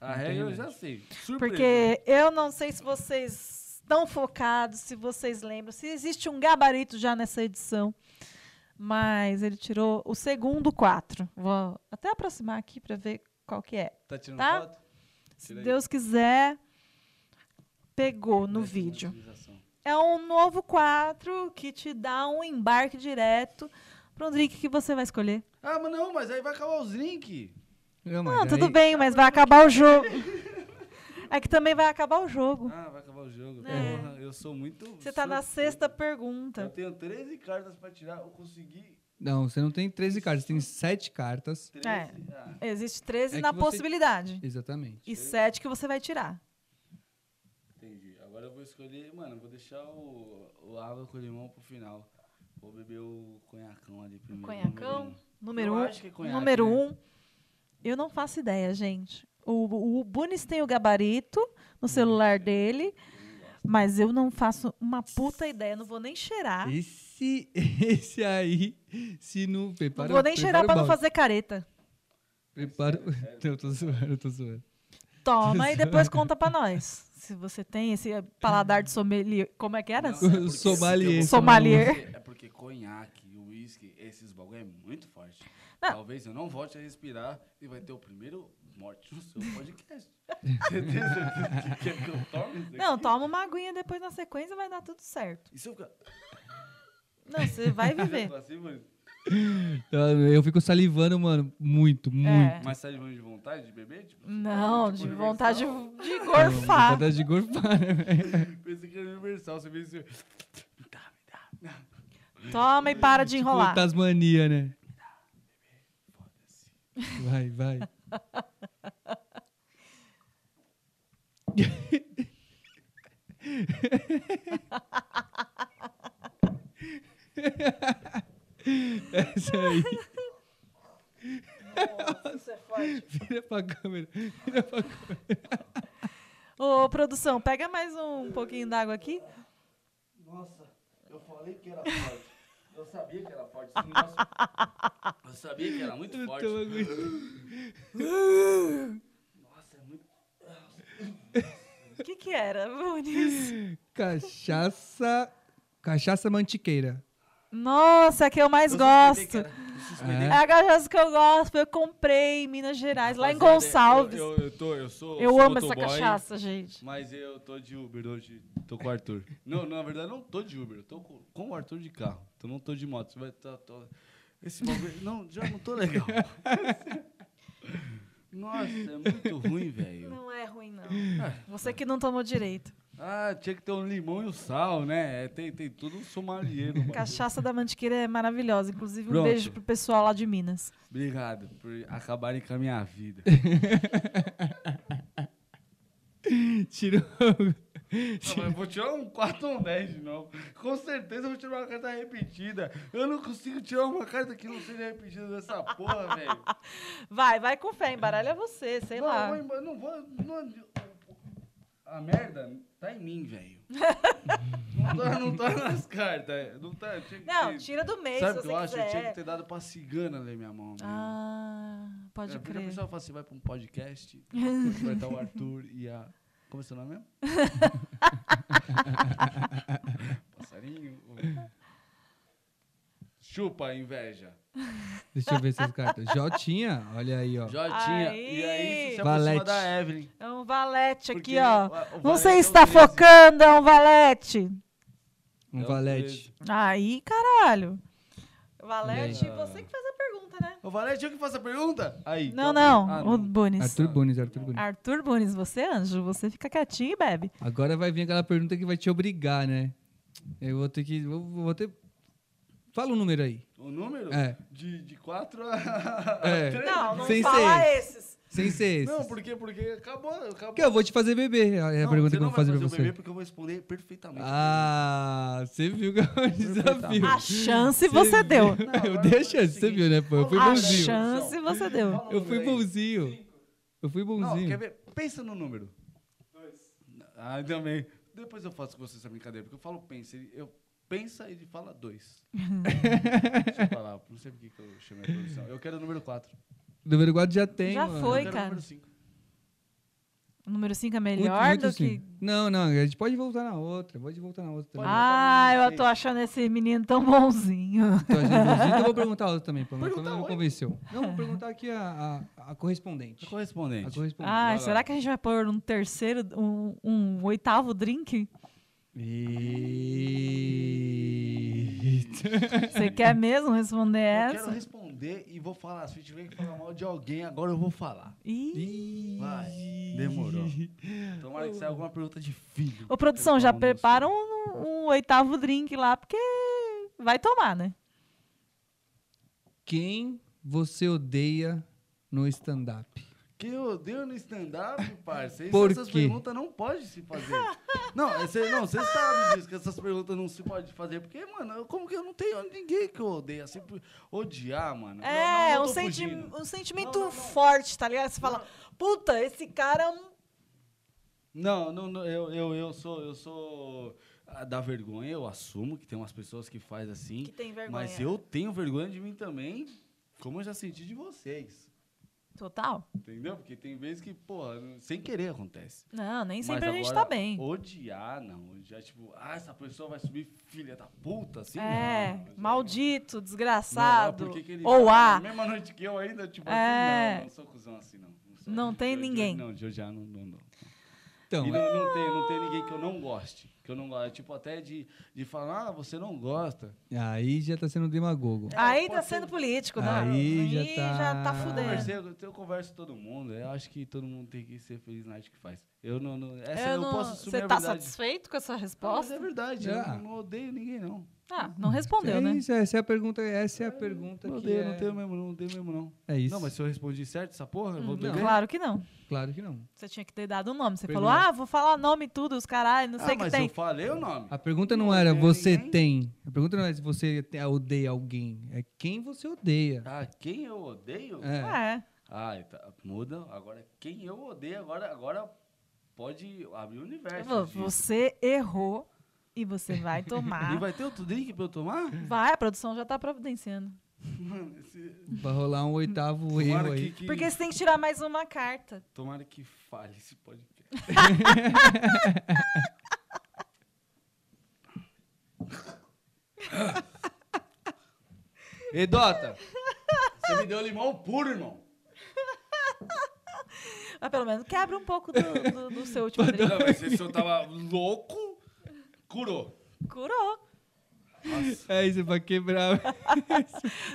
A regra eu já sei. Surpresa. Porque eu não sei se vocês estão focados, se vocês lembram, se existe um gabarito já nessa edição. Mas ele tirou o segundo quatro. Vou até aproximar aqui para ver qual que é. Tá tirando Tá? foto? Se Tira aí. Deus quiser, pegou no vídeo. É um novo quadro que te dá um embarque direto para um drink que você vai escolher. Ah, mas não, mas aí vai acabar os links. Não, mas Não, Ah, tudo aí- bem, mas vai acabar o jogo. É que também vai acabar o jogo. Ah, vai acabar o jogo. Uh. É. Porra, eu sou muito. Você tá na surpreso. sexta Eu pergunta. tenho 13 cartas pra tirar, eu consegui Não, você não tem 13 cartas, você tem 7 cartas. 13. É. Ah, Existe 13 É na que você- possibilidade. Exatamente. E 7 que você vai tirar. entendi. Agora eu vou escolher, mano, eu vou deixar o, o água com limão pro final. Vou beber o conhacão ali primeiro. Conhacão? Número número Eu 1. acho que é conhaque, número né? 1. Um, eu não faço ideia, gente. O, o Bunis tem o gabarito no celular dele, mas eu não faço uma puta ideia. Não vou nem cheirar. Esse, esse aí, se não. Não Prepara, vou nem cheirar pra prepara o não balde. fazer careta. Prepara. Não, eu tô zoando, eu tô zoando. Toma e depois conta pra nós. Se você tem esse paladar de sommelier. Como é que era? Não, é porque- Sommelier. Sommelier. É porque conhaque, uísque, esses bagulho é muito forte. Não. Talvez eu não volte a respirar e vai ter o primeiro morte no seu podcast. Você tem certeza que quer que eu tome isso aqui? Não, toma uma aguinha depois na sequência vai dar tudo certo. E se eu ficar... Não, você vai viver. Assim, mano? Eu eu fico salivando, mano, muito, muito. É. Mas sai de mão de vontade de beber? Tipo, Não, tipo de universal? vontade de- de Mano, gorfar. vontade de gorfar, né, velho? Pensei que era universal, você veio assim... Me dá, me dá. Toma e para de enrolar. Tipo, Tasmania, né? Vai, vai. Essa aí. é Vira pra câmera. Vira pra câmera. Ô, produção, pega mais um pouquinho d'água aqui. Nossa, eu falei que era forte. Eu sabia que era forte. esse negócio- Eu sabia que era muito Eu forte. tô aguentando. Nossa, é muito... O que que era, Muniz? Cachaça. Cachaça mantiqueira. Nossa, a que eu mais Eu sabia que gosto. era- É É. a cachaça que eu gosto. Eu comprei em Minas Gerais, lá em Fazer ideia. Gonçalves. Eu, Eu, eu, eu tô, eu sou. sou amo essa motoboy, cachaça, gente. Mas eu tô de Uber hoje. Tô com o Arthur. não, não, na verdade, eu não tô de Uber. Eu tô com, com o Arthur de carro. Então não tô de moto. Você vai tá, tô- Esse bagulho. não, já não tô legal. Nossa, é muito ruim, velho. Não é ruim, não. Você que não tomou direito. Ah, tinha que ter um limão e o sal, né? É, tem, tem tudo um sommelier no bagulho. Cachaça da Mantiqueira é maravilhosa. Inclusive, um Pronto. beijo pro pessoal lá de Minas. Obrigado por acabarem com a minha vida. Tirou. Não, mas eu vou tirar um 4 ou um 10 de novo. Com certeza eu vou tirar uma carta repetida. Eu não consigo tirar uma carta que não seja repetida dessa porra, velho. Vai, vai com fé, embaralha você, sei não, lá. eu Vou, embora, não vou. não- a merda tá em mim, velho. não, tá, não tá nas cartas. Não tá. Tinha que Não, ter- tira do meio Sabe o se que você eu acho? Eu quiser. tinha que ter dado pra cigana ler minha mão. velho. Ah, pode É, porque A crer. pessoa fala assim, vai pra um podcast, vai estar o Arthur e a... Como é seu nome mesmo? Passarinho? ou- Chupa, inveja. Deixa eu ver essas cartas. Jotinha, olha aí, ó. Jotinha. Aí. E aí, você se Valete. aproxima da Evelyn. É um valete Porque aqui, ó. o- o valete Você é o está 13. focando, é um valete. Um É o valete. 13. Aí, caralho. Valete, E aí? você que faz a pergunta, né? O Valete, eu que faço a pergunta? Aí. Não, calma não, aí. Ah, o Bunis. Arthur Bunes, Arthur Bunes. Arthur Bunis, você é anjo, você fica quietinho e bebe. Agora vai vir aquela pergunta que vai te obrigar, né? Eu vou ter que. Vou, vou ter. Fala um número aí. O número? É. De, de 4 a... É. três. Não, não Sem fala ser. esses. Sem ser esse. Não, por quê? Porque acabou, acabou. Porque eu vou te fazer beber. É a Não, pergunta você que eu não vou vai fazer pra o bebê você. porque eu vou responder perfeitamente. Ah, você viu que é um desafio. A chance você deu. Não, agora Eu vou dei a fazer o chance, você seguinte. viu, né? Pô, eu fui é A bonzinho. chance você deu. Fala o Eu número fui aí. bonzinho. Eu fui Não, quer bonzinho. ver? Pensa no número. Dois. Ah, também. Depois eu faço com você essa brincadeira, porque eu falo pensa, ele- eu pensa e ele fala dois. Deixa eu falar, Ah, não sei por que que eu chamei a produção. Eu quero o número 4. Número 4 já tem. Já mano. foi. Oi, eu quero cara. o número 5. O número 5 é Muito, melhor muito do assim. sim. que. Não, não, a gente pode voltar na outra. Pode voltar na outra também. Ah, Pode botar o eu tô achando esse menino tão bonzinho. Então, a gente- então eu vou perguntar outra também, pelo menos Perguntar não oi. convenceu. Não, vou perguntar aqui a, a, a correspondente. A Correspondente. correspondente. Ai, lá. Ah. será que a gente vai pôr um terceiro, um, um oitavo drink? Eita. Você quer mesmo responder Eu quero essa? responder e vou falar. Se tiver que falar mal de alguém, agora eu vou falar. Ih. Vai, demorou. Tomara que saia alguma pergunta difícil. Ô, produção, já prepara um, um oitavo drink lá, porque vai tomar, né? Quem você odeia no stand-up? Que eu odeio no stand-up, parça. Por Por essas quê? perguntas não pode se fazer. não, você não, cê sabe disso, que essas perguntas não se pode fazer. Porque, mano, eu- como que eu não tenho ninguém que eu odeio? Assim, por- odiar, mano. Não, É, não, não um, tô senti- fugindo. um sentimento Não, não, não. forte, tá ligado? Você fala, puta, esse cara é um. Não, não, não, eu, eu, eu sou, eu sou ah, da vergonha, eu assumo que tem umas pessoas que faz assim. que tem vergonha. Mas eu tenho vergonha de mim também, como eu já senti de vocês. Total? Entendeu? Porque tem vezes que, porra, sem querer acontece. Não, nem Mas sempre a gente agora, tá bem. Odiar, não. Odiar, tipo, ah, essa pessoa vai subir filha da puta, assim. é, não, não. maldito, Não, ah, desgraçado. por que que ele Ou tá a. na mesma noite que eu ainda, tipo, É. assim, não, não sou cuzão assim, não. sou. Não tem De- de- ninguém. Não, de odiar, não, não, não. Então, E é- não, não tem, não tem ninguém que eu não goste. Que eu não gosto. Tipo, até de, de falar, ah, você não gosta. aí já tá sendo demagogo. Aí pode tá ser- é, sendo político, né? Aí já tá- já tá Eu fudendo. conversei, eu, eu converso com todo mundo. Eu acho que todo mundo tem que ser feliz na arte que faz. Eu não. não essa eu, não- posso assumir Você a tá verdade. satisfeito com essa Ah, mas resposta? é verdade, É. eu não, não odeio ninguém, não. Ah, não respondeu, é né? isso, essa é a pergunta, essa é a pergunta Não que odeio, é... não tenho mesmo, não odeio mesmo, não. É isso. Não, mas se eu respondi certo essa porra, eu Hum, vou beber. Claro que não. Claro que não. Você tinha que ter dado o nome. Você Pois falou, é. ah, vou falar nome e tudo, os caralho, não Ah, sei o que mas tem. eu falei o nome. A pergunta não Não era odeio você ninguém. tem. A pergunta não é se você te- odeia alguém. É quem você odeia. Ah, quem eu odeio? É. É. Ah, tá, muda. Agora, quem eu odeio, agora, agora pode abrir o universo. Vo- disso. Você errou e você vai E tomar. é vai ter outro drink pra eu tomar? Vai, a produção já tá providenciando. Mano, esse... Vai rolar um oitavo erro tomara, aí. que, que, Porque você tem que tirar mais uma carta. tomara que falhe esse podcast. Ei, Dota! Você me deu limão puro, irmão. Mas pelo menos quebra um pouco do, do- do seu último drink. Não, mas esse eu tava louco, curou. Curou. Nossa. É isso, é pra quebrar.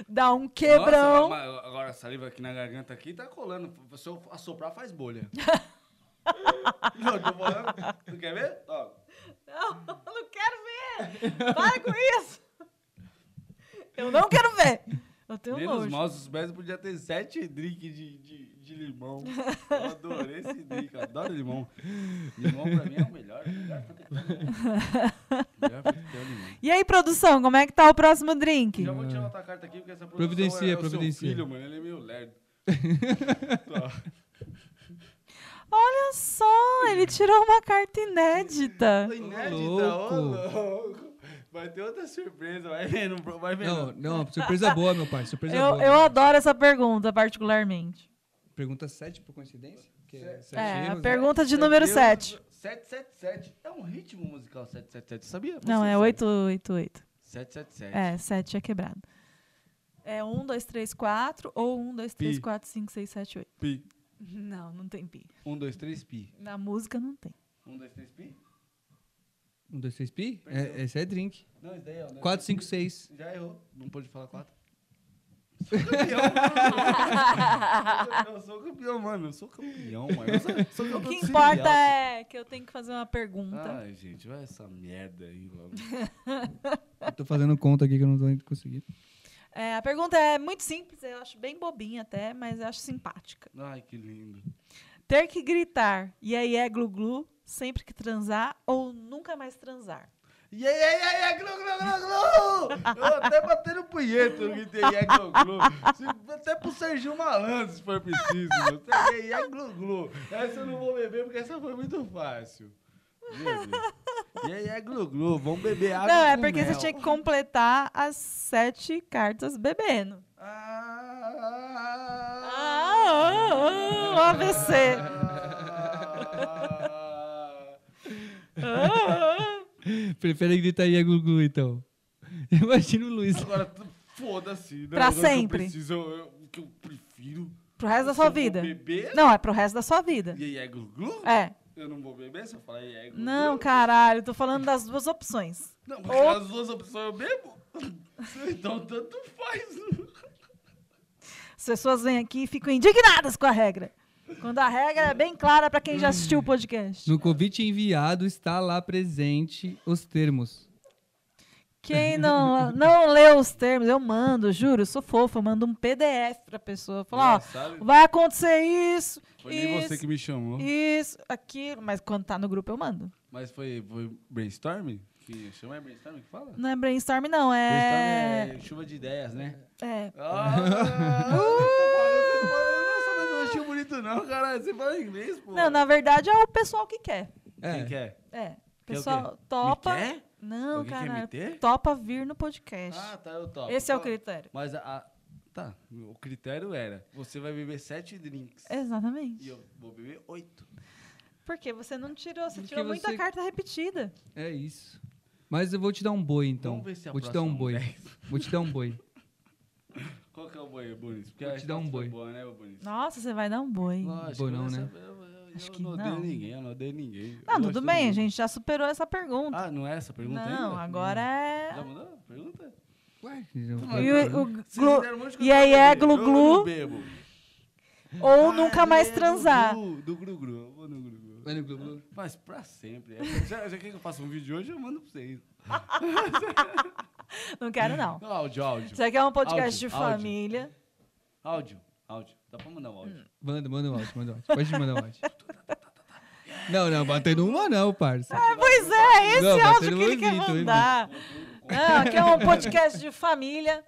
Dá um quebrão. Nossa, mas agora a saliva aqui na garganta aqui tá colando. Se eu assoprar, faz bolha. Não, tô falando. Tu quer ver? Ó. Não, eu não quero ver. Para com isso. Eu não quero ver. Eu tenho Menos nojo. mal, os pés podia ter sete drinks de, de, de limão. Eu adorei esse drink, eu adoro limão. Limão pra mim é o melhor. O melhor fruta que tem. Melhor fruta que tem é o limão. E aí, produção, como é que tá o próximo drink? Já vou tirar outra carta aqui, porque essa produção Providencia, é, é o seu providencia. filho, mano. Ele é meio lerdo. Tá. Olha só, ele tirou uma carta inédita. Tô inédita, louco. ô, louco. Vai ter outra surpresa, vai vendo, bro, vai né? Não, vendo. não, surpresa boa, meu pai. Surpresa Eu, boa. né? eu adoro essa pergunta, particularmente. Pergunta 7 por coincidência? Que é, É, sete a erros, né? pergunta de número 7. 777 é um ritmo musical 777, sabia? Não, Você é sabe. 888. 777. É, 7 é quebrado. É 1, 2, 3, 4 ou 1, 2, 3, Pi. 4, 5, 6, 7, 8. Pi. Não, não tem pi. 1, 2, 3, pi. Na música não tem. 1, 2, 3, pi? Um, dois, três, pi? É, esse é drink. Não, isso daí é. um, dois, 4, três, 5, 6. pi. Já errou. Não pôde falar 4. eu sou campeão, mano. Eu sou campeão, mano. Eu sou, sou O campeão do que serial. importa é que eu tenho que fazer uma pergunta. Ai, gente, vai essa merda aí, mano. Eu tô fazendo conta aqui que eu não tô conseguindo. É, a pergunta é muito simples, eu acho bem bobinha até, mas eu acho simpática. Ai, que lindo. Ter que gritar e aí é glu-glu sempre que transar ou nunca mais transar? E aí, aí, aí, aí, glu, glu, glu, glu! Eu até batendo punheta no gritei, e aí, é glu, glu. Se- Até pro Serginho Malandro, se for é preciso. mano. E aí, aí, aí, glu, glu. Essa eu não vou beber, porque essa foi muito fácil. Meu Deus. E aí é glu-glu, vamos beber água Não, é com porque mel. você tinha que completar as sete cartas bebendo. Ah, Ah, ah, ah, AVC. Ah, Prefere gritar aí a Gugu, então. Imagina o Luiz. Agora, tu- foda-se. né? Pra Agora que eu sempre. preciso, eu- eu- O que eu prefiro... pro resto da se sua eu vou vida. beber, Não, é pro resto da sua vida. E aí é glu-glu? É. Eu não vou beber se eu falar e é glu-glu? Não, caralho, tô falando das duas opções. Não, porque Ou- as duas opções eu bebo. Então tanto faz. As pessoas vêm aqui e ficam indignadas com a regra. Quando a regra é bem clara pra quem já assistiu o podcast. No convite enviado está lá presente os termos. Quem não, não leu os termos, eu mando, juro, eu sou fofa, eu mando um PDF pra pessoa. Falar, ó, Sabe? vai acontecer isso, Foi nem você isso, que me chamou. isso, aquilo. Mas quando tá no grupo, eu mando. Mas foi, foi brainstorm? Que chama é brainstorm que fala? Não é brainstorm, não, é. Brainstorm é chuva de ideias, né? é Uh! Ah, eu tô falando, eu tô falando, não é só mais um rostinho bonito não, caralho. Você fala inglês, pô. Não, na verdade é o pessoal que quer. Quem É. quer? É. O Quer o pessoal topa. Me quer? Não, Alguém quer me cara. ter? Topa vir no podcast. Ah, tá, eu topo. Esse é o Tá. critério. Mas a... a- Tá, o critério era, você vai beber sete drinks. É. Exatamente. E eu vou beber oito. Porque você não tirou, você Porque tirou muita você- carta repetida. É isso. Mas eu vou te dar um boi, então. Vamos ver se a vou te dar um próxima boi. é Vou te dar um boi. Qual que é o boi, Boris? Porque Vou a te dar um resposta foi boi. Boa, né, Boris? Nossa, você vai dar um boi. Lógico, Boi não, mas né? essa- Eu, eu- Acho eu que não odeio não. ninguém, eu não odeio ninguém. Eu Não, gosto tudo de bem, a todo mundo. gente já superou essa pergunta. Ah, não é essa a pergunta não, ainda? agora é. Já mudou a pergunta? Ué, eu- E, o- o Vocês glu- me deram um monte de e coisa aí pra é beber. Eu glu-glu. não bebo. Ou Ah, nunca mais é transar. glu-glu, Do glu-glu, eu vou no glu-glu. Vai no Glu Glu. Mas pra sempre. É, já, já quer que eu faça um vídeo hoje, eu mando pra vocês. Não quero, não. Não, áudio, áudio. Isso aqui é um podcast Áudio, de áudio. família. Áudio, áudio. Dá pra mandar um Hum, áudio. Manda, manda um áudio, manda um áudio. Pode mandar um áudio. Não, não, batendo uma não, parça. Ah, pois é, é esse Não, mas áudio eu que ele quer evito, eu mandar. Não, aqui é um podcast de família.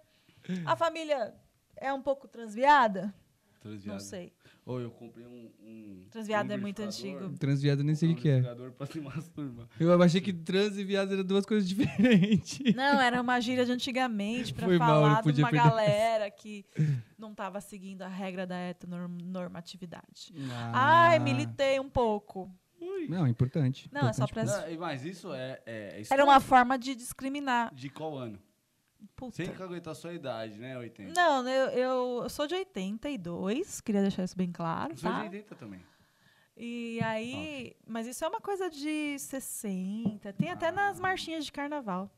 A família é um pouco transviada? Transviado. Não sei. Ou eu comprei um... um Transviado um é muito liquidificador. antigo. Transviado nem sei o que que Um é. liquidificador pra se masturbar. Eu achei que trans e viado eram duas coisas diferentes. Não, era uma gíria de antigamente pra Foi mal, falar eu de podia uma perder essa. galera que não tava seguindo a regra da heteronormatividade. Ai, militei um pouco. Ah. Não, é importante. Não, é só Importante. pra. Não, e- mas isso é... é é Era uma forma de discriminar. De qual ano? Puta. Sem que aguentar a sua idade, né, 80? Não, eu, eu, eu sou de 82, queria deixar isso bem claro, Eu sou de tá? 80 também. E aí. Mas isso é uma coisa de 60. Tem Ah. até nas marchinhas de carnaval.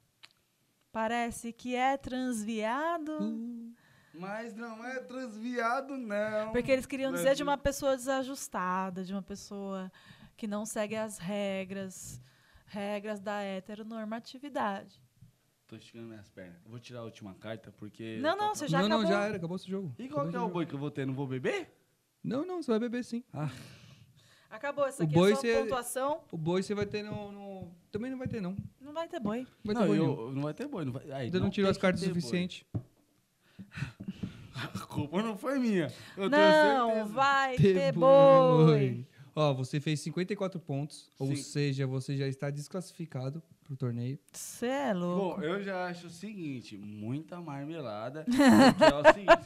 Parece que é Hum. transviado. Mas não é transviado, não. Porque eles queriam Mas dizer de uma pessoa desajustada, de uma pessoa que não segue as regras, regras da heteronormatividade. Tô esticando minhas pernas. Eu vou tirar a última carta, porque... Não, eu tô não, tra- você já não, não, acabou. já era, acabou esse jogo. E qual Acabou que é esse o jogo. boi que eu vou ter? Não vou beber? Não, não, você vai beber sim. Ah. Acabou essa O aqui, boi é só cê- pontuação. O boi você vai ter no, no- Também não vai ter, não. Não vai ter boi. Vai não, ter boi, eu- não. não vai ter boi. Não vai... Aí, Ainda não, tirou tem as que cartas o ter boi. suficiente. A culpa não foi minha. Eu não, tenho certeza. vai ter boi. Ó, você fez 54 pontos, ou Sim. seja, você já está desclassificado pro torneio. Você é louco. Bom, eu já acho o seguinte, muita marmelada. porque é o seguinte,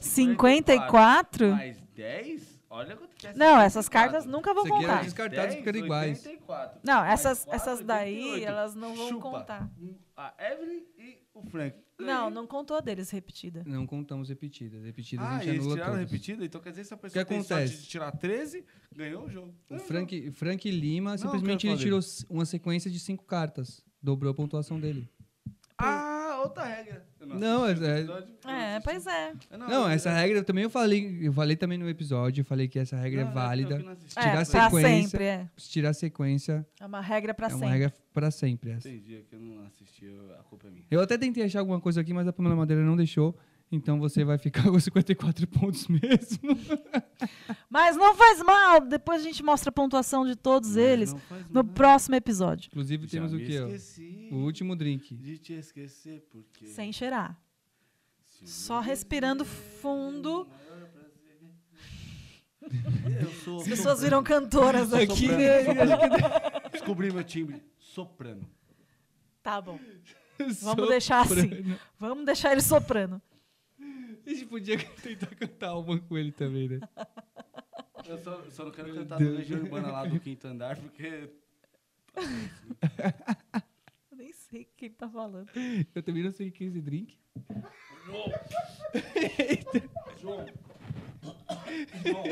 se contar 54? mais 10, olha quanto que é Não, essas 54. cartas nunca vão Isso aqui era contar. desca- Descartadas porque eram 10, iguais. 84, Não, mais essas- 4, essas daí, 88. elas não vão Chupa. Um, contar. A Evelyn e o Frank. Não, Ganhei. não contou a deles repetida. Não contamos repetidas. Repetidas a Ah, gente eles anula tiraram todas. repetida? Então quer dizer que se a pessoa que tem sorte acontece? de tirar 13, ganhou o jogo. O Ganhou Frank, Frank Lima Não, simplesmente eu quero ele tirou s- uma sequência de cinco cartas. Dobrou a pontuação dele. o jogo. Ah, outra regra. Eu Não, assisti é- o episódio, eu não É, assisti. pois é. Eu Não, eu- essa eu- regra eu também eu falei. Eu falei também no episódio, eu falei que essa regra não, é eu- válida. eu que não assisti. Se tirar é, a pra sequência- sempre, é. Se tirar a sequência, É uma regra pra é uma sempre. regra pra sempre. Essa. Entendi, é que eu não assisti, eu- a culpa é minha. Eu até tentei achar alguma coisa aqui, mas a Pamela Madeira não deixou. Então você vai ficar com 54 pontos mesmo. Mas não faz mal, depois a gente mostra a pontuação de todos eles Não faz no mal. próximo episódio. Inclusive, Já temos o me quê? ó? Esqueci O último drink. de te esquecer, porque. Sem cheirar. se Só respirando fundo. Eu sou. As pessoas viram cantoras Aqui, aqui. né? Descobri meu timbre. Soprano. Tá bom. Vamos deixar assim. Vamos deixar ele soprando. A gente podia tentar cantar uma com ele também, né? Eu só, só não quero cantar do Legião Urbana lá do quinto andar, porque. Eu nem sei quem tá falando. Eu também não sei quem é esse drink. João! João! João!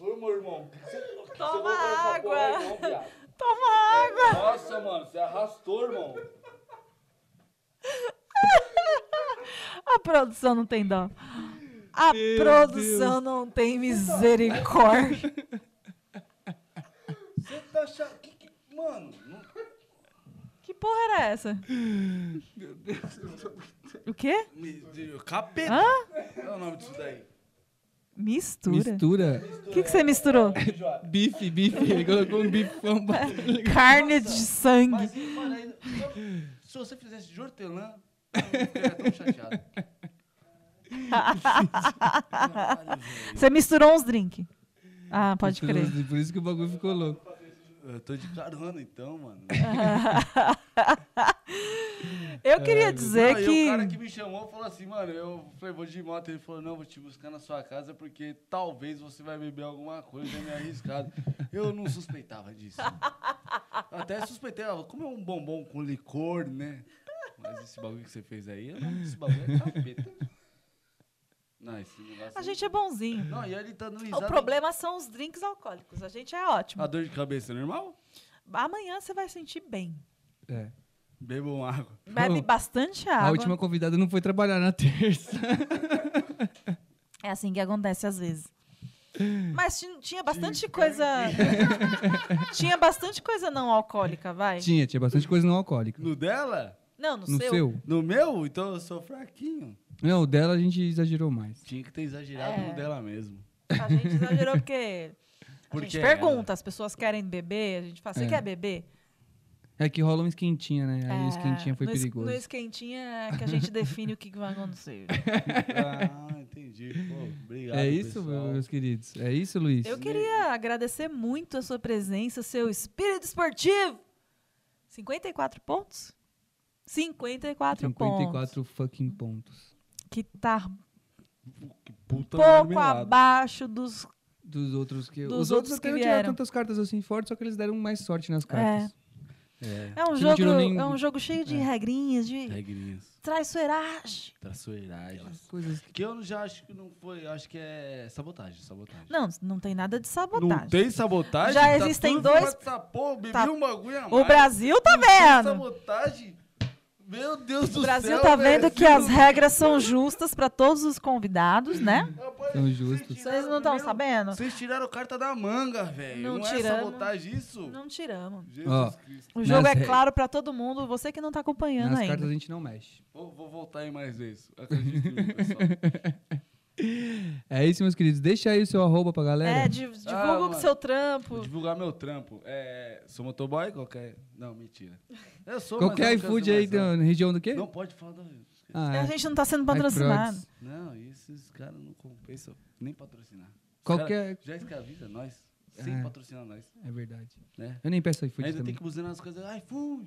Durma, irmão. Você- Toma você voltou pra porra, água. irmão, viado. Toma água! Nossa, mano, você arrastou, irmão. A produção não tem dó. A Meu produção não tem misericórdia. Você tá achando. Que, que- mano, não- Que porra era essa? meu Deus. do céu. O quê? Me- Capeta. Hã? Qual é o nome disso daí? Mistura? Mistura. O que, que você misturou? Feijoada. Bife, bife. Ele colocou um bifão pra- legal. Carne de sangue. Mas, mano, aí, se- se você fizesse de hortelã, eu não ficaria tão chateado. Caralho, velho. Você misturou uns drinks. Ah, pode Misturou crer. os- Por isso que o bagulho ficou louco. Eu tô de carona, então, mano. Eu queria dizer Não, Ah, e o cara que. que me chamou falou assim, mano, eu falei, vou de moto. Ele falou, não, vou te buscar na sua casa porque talvez você vai beber alguma coisa, é meio arriscado. Eu não suspeitava disso. Eu até suspeitei, ó, como é um bombom com licor, né? Mas esse bagulho que você fez aí, eu não- esse bagulho é capeta. Não, esse negócio... A aí- gente é bonzinho. Não, e ele tá no O problema são os drinks alcoólicos. A gente é ótimo. A dor de cabeça é normal? Ah. Amanhã você vai sentir bem. É. Bebam água. Bebe Bom, bastante água. A última convidada não foi trabalhar na terça. É assim que acontece às vezes. Mas ti- tinha bastante coisa. tinha bastante coisa não alcoólica, vai. Tinha, tinha bastante coisa não alcoólica. No dela? Não, no, No seu. seu? No meu? Então eu sou fraquinho. Não, o dela a gente exagerou mais. Tinha que ter exagerado É. no dela mesmo. A gente exagerou porque. A Porque é gente pergunta, as pessoas querem beber, a gente fala, você É. quer beber? É que rola um esquentinha, né? Aí o É, esquentinha foi no es- perigoso. No esquentinha é que a gente define o que que vai acontecer. Ah, entendi. Pô, obrigado. É isso, pessoal. meus queridos? É isso, Luiz? Eu queria agradecer muito a sua presença, seu espírito esportivo. 54 pontos? 54, 54 pontos. fucking pontos. Que tá Que puta pouco marmelada. abaixo dos Dos outros que... Dos Os outros outros que até não tiraram vieram. tantas cartas assim fortes, só que eles deram mais sorte nas cartas. É, É um, Que não jogo, tirou nem- é um jogo cheio de regrinhas, de regrinhas. traiçoeiragem. Traçoeiragem. Coisas que... Que eu já acho que não foi. Acho que é sabotagem. Sabotagem. Não, não tem nada de Não sabotagem. tem sabotagem? Já Tá existem tudo dois- filmado Essa porra, bebi Tá- um bagulho a mais. O Brasil tá Tem vendo. sabotagem? Meu Deus do céu. né? O Brasil tá vendo velho. que as regras são justas pra todos os convidados, né? Rapaz, São justos. tiraram Vocês não o estão primeiro- sabendo? Vocês tiraram carta da manga, velho. Não Não, é tiramos. sabotagem isso? Não tiramos. Jesus Ó. Cristo. O Nas jogo é regras. claro pra todo mundo, você que não tá acompanhando Nas cartas ainda. a gente não mexe. Vou, vou voltar aí mais vezes. Acredito em mim, pessoal. É isso, meus queridos. Deixa aí o seu arroba pra galera. É, di- divulga o Ah, mano. seu Vou trampo. divulgar meu trampo. É, sou motoboy, qualquer. Não, mentira. Eu sou Qualquer mas eu não quero iFood ser aí um mais não. da na região do quê? Não pode falar da. Ah, A é. gente não tá sendo patrocinado. iFruits. Não, esses caras não compensam nem patrocinar. Os Qualquer- cara Já escraviza nós, sem É. patrocinar nós. É verdade. Né? Eu nem peço iFood Ainda também. tem que buzinar as coisas. iFood!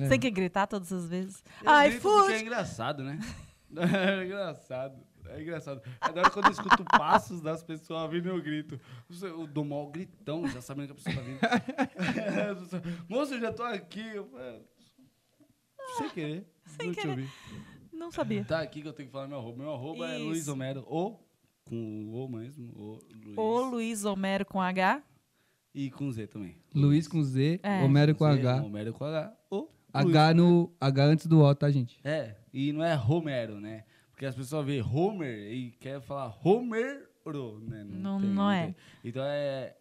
É. Tem que gritar todas as vezes. Eu Ai, grito porque É food! engraçado, né? É engraçado. É engraçado. Agora quando eu escuto passos das pessoas vindo, eu grito. Eu dou mal gritão, já sabendo que a pessoa tá vindo. As pessoas, Moço, eu já tô aqui. Eu falo, "É, Sem querer. Sem não querer. te ouvi. Não sabia. Tá aqui que eu tenho que falar meu arroba. Meu arroba é Isso. Luiz Homero. Ou com o O mesmo. Ou Luiz. O Luiz Homero com H. E com Z também. Luiz com Z, É. Homero com Z, né? H. Homero com H. Ou H, no, H antes do O, tá, gente? É, e não é Romero, né? Porque as pessoas veem Homer e querem falar Homero, né? Não- não é. tem. Então é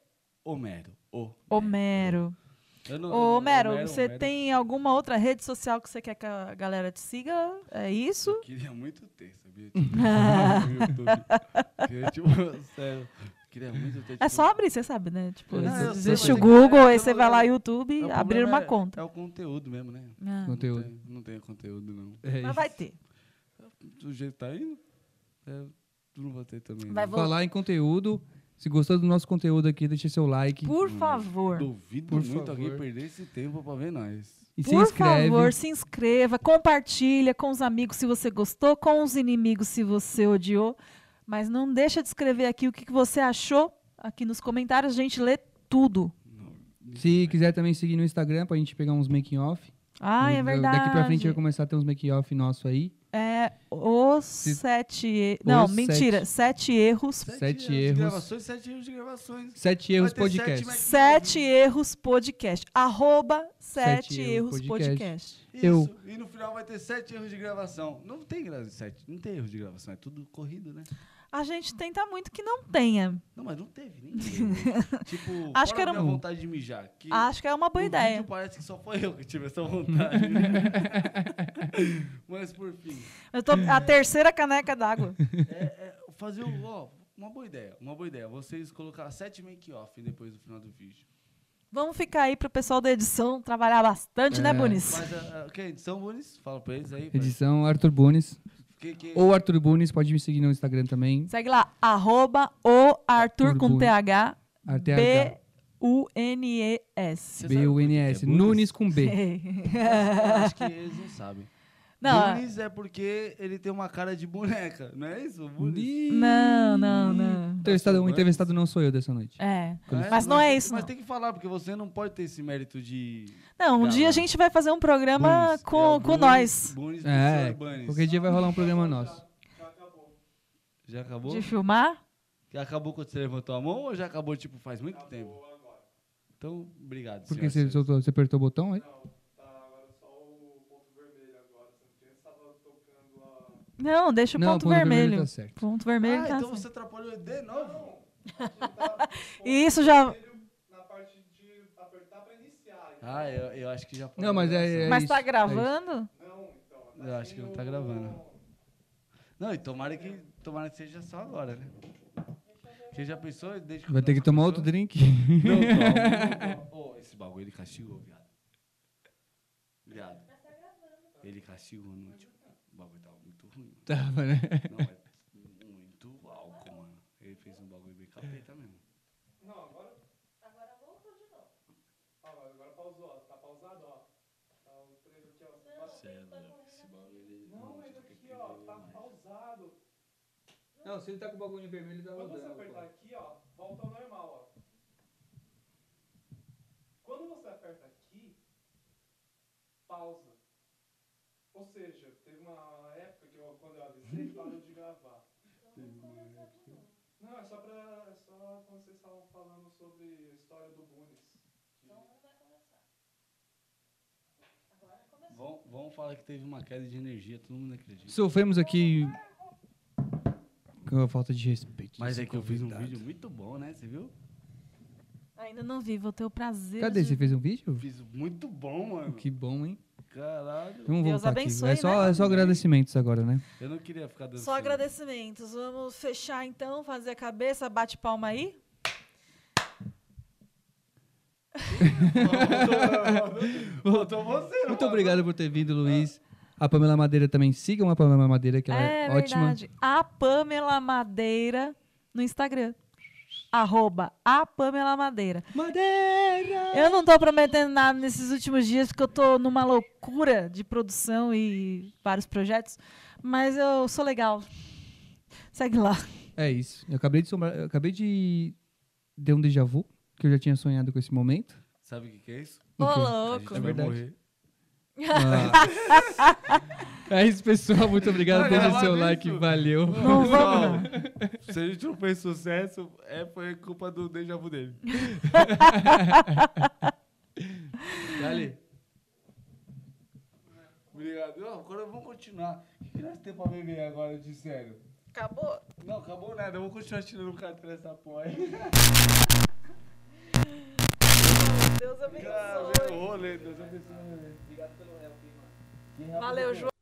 Homero. O. Homero. Eu não- Ô, Homero, Homero, você Homero. tem alguma outra rede social que você quer que a galera te siga? É isso? Eu queria muito ter, sabia? Tipo, no YouTube. Queria, tipo, sério. Queria muito ter. É tipo, só abrir, você sabe, né? Tipo, Não, eu existe sei, mas o é que- Google, aí eu você não- vai lá eu- YouTube, é, um o abrir problema uma é- conta. É o conteúdo mesmo, né? Ah, Conteúdo. Não tem, não tem conteúdo, não. É mas isso. vai ter. Do jeito que tá indo, é, não vou ter também. Vai né? vo- Falar em conteúdo, Se gostou do nosso conteúdo aqui, deixa seu like. Por favor. Duvido Por muito favor. alguém perder esse tempo pra ver nós. E se Por inscreve. favor, se inscreva, compartilha com os amigos se você gostou, com os inimigos se você odiou. Mas não deixa de escrever aqui o que que você achou aqui nos comentários. A gente lê tudo. Se quiser também seguir no Instagram pra gente pegar uns making off. Ah, é Da- verdade. Daqui pra frente vai começar a ter uns making off nosso aí. É os sete. e- Não, Os mentira. Sete erros. Sete de erros. gravações, sete erros de gravações. Sete erros ter sete podcast. mais- Sete erros podcast. Arroba sete, Sete erros erros podcast. Isso. Eu- E no final vai ter sete erros de gravação. Não tem gra- sete, não tem erro de gravação, é tudo corrido, né? A gente tenta muito que não tenha. Não, mas não teve nem erro. tipo, Acho fora que era minha um- vontade de mijar. Que Acho que é uma boa no ideia. vídeo parece que só foi eu que tive essa vontade. né? mas por fim, Eu tô a terceira caneca d'água. é, é fazer o. Ó, uma boa ideia, uma boa ideia. Vocês colocar sete make-off depois do final do vídeo. Vamos ficar aí pro pessoal da edição trabalhar bastante, né, É. Bonis? Mas a, a, que é edição, Bonis? Fala pra eles aí. pra- Edição Arthur Bunes. Que, que, Ou Arthur Bunes, pode me seguir no Instagram também. Segue lá, arroba o Arthur com Bunes. TH, Até a- B-U-N-E-S. Você sabe por que B-U-N-S. que é Bunes? Nunes com B. Eu acho que eles não sabem. Não, Bunis é porque ele tem uma cara de boneca, não é isso? Bunis. Não, não, não. Entrevistado, o Bunes. entrevistado não sou eu dessa noite. é. É, Mas não é tem- isso, Mas não. tem que falar, porque você não pode ter esse mérito de... Não, um Tá dia lá. a gente vai fazer um programa Bunis. É com, o com Bunis- nós. Bunis do É, Urbanis. qualquer dia vai rolar um programa nosso. Já acabou? De filmar? Já acabou quando você levantou a mão ou já acabou, tipo, faz muito tempo? Então, obrigado, Por que senhoras você, e senhores. soltou- você apertou o botão aí? Não, deixa o Não, ponto, ponto vermelho vermelho. tá certo. Ponto vermelho Ah, tá então certo. você atrapalhou de novo? E isso já. Ah, eu, eu acho que já pode Não, mas é- começar. Mas tá isso, é gravando? Eu acho que não tá gravando. Não, e tomara que, tomara que seja só agora, né? Você já pensou? Desde que Vai ter que tomar outro começou? drink. Não, não, não, não. Ô, esse bagulho ele castigou, viado. Viado. Ele castigou no último. O bagulho tava muito ruim. mano. Tava, né? Não, é muito álcool, mano. Ele fez um bagulho bem capeta mesmo. Ah, Não, agora. Agora voltou de novo. Ó, agora pausou, ó. Tá pausado, ó. Tá o tá treino aqui, ó. Esse bagulho ele. Não, mas aqui, ó. Tá Não, se ele tá com o bagulho vermelho, ele tá Quando você apertar aqui, ó, volta ao normal, ó. Quando você aperta aqui, pausa. Ou seja, teve uma época que eu, quando eu avisei, parou de gravar. Não, é só pra. É só quando vocês estavam falando sobre a história do Bunis. Vão, vão falar que teve uma queda de energia, todo mundo acredita. Sofremos aqui com a falta de respeito. Mas é que eu fiz um Convidado. vídeo muito bom, né? Você viu? Ainda não vi, vou ter o prazer. Cadê? de... Você fez um vídeo? Fiz muito bom, mano. Que bom, hein? Caralho. Então vamos Deus voltar aqui. abençoe, É só, né? é só agradecimentos agora, né? Eu não queria ficar dançando. Só agradecimentos. Vamos fechar então, fazer a cabeça, bate palma aí. Voltou você, né? Muito obrigado por ter vindo, Luiz. A Pamela Madeira também. Sigam a Pamela Madeira, que ela é, é ótima. verdade. A Pamela Madeira no Instagram. Arroba a Pamela Madeira. Madeira! Eu não tô prometendo nada nesses últimos dias, porque eu tô numa loucura de produção e vários projetos. Mas eu sou legal. Segue lá. É isso. Eu acabei de sombrar, eu acabei de deu um déjà vu, que eu já tinha sonhado com esse momento. Sabe o que, que é isso? Ô, A louco. gente vai verdade. morrer. Ah. É isso, pessoal. Muito obrigado. Olha, Deixa olha seu isso. like. Valeu. Não vamos. né? não. Pessoal, Se a gente não fez sucesso, é foi culpa do déjà vu dele. Dali. Obrigado. Não, agora vamos continuar. O que, que nós temos pra beber agora, de sério? Acabou. Não, acabou nada. Eu vou continuar tirando o cartão dessa porra aí. Deus abençoe. Ah, Cara, meu rolê, Deus abençoe. Obrigado pelo help, mano. Valeu, João.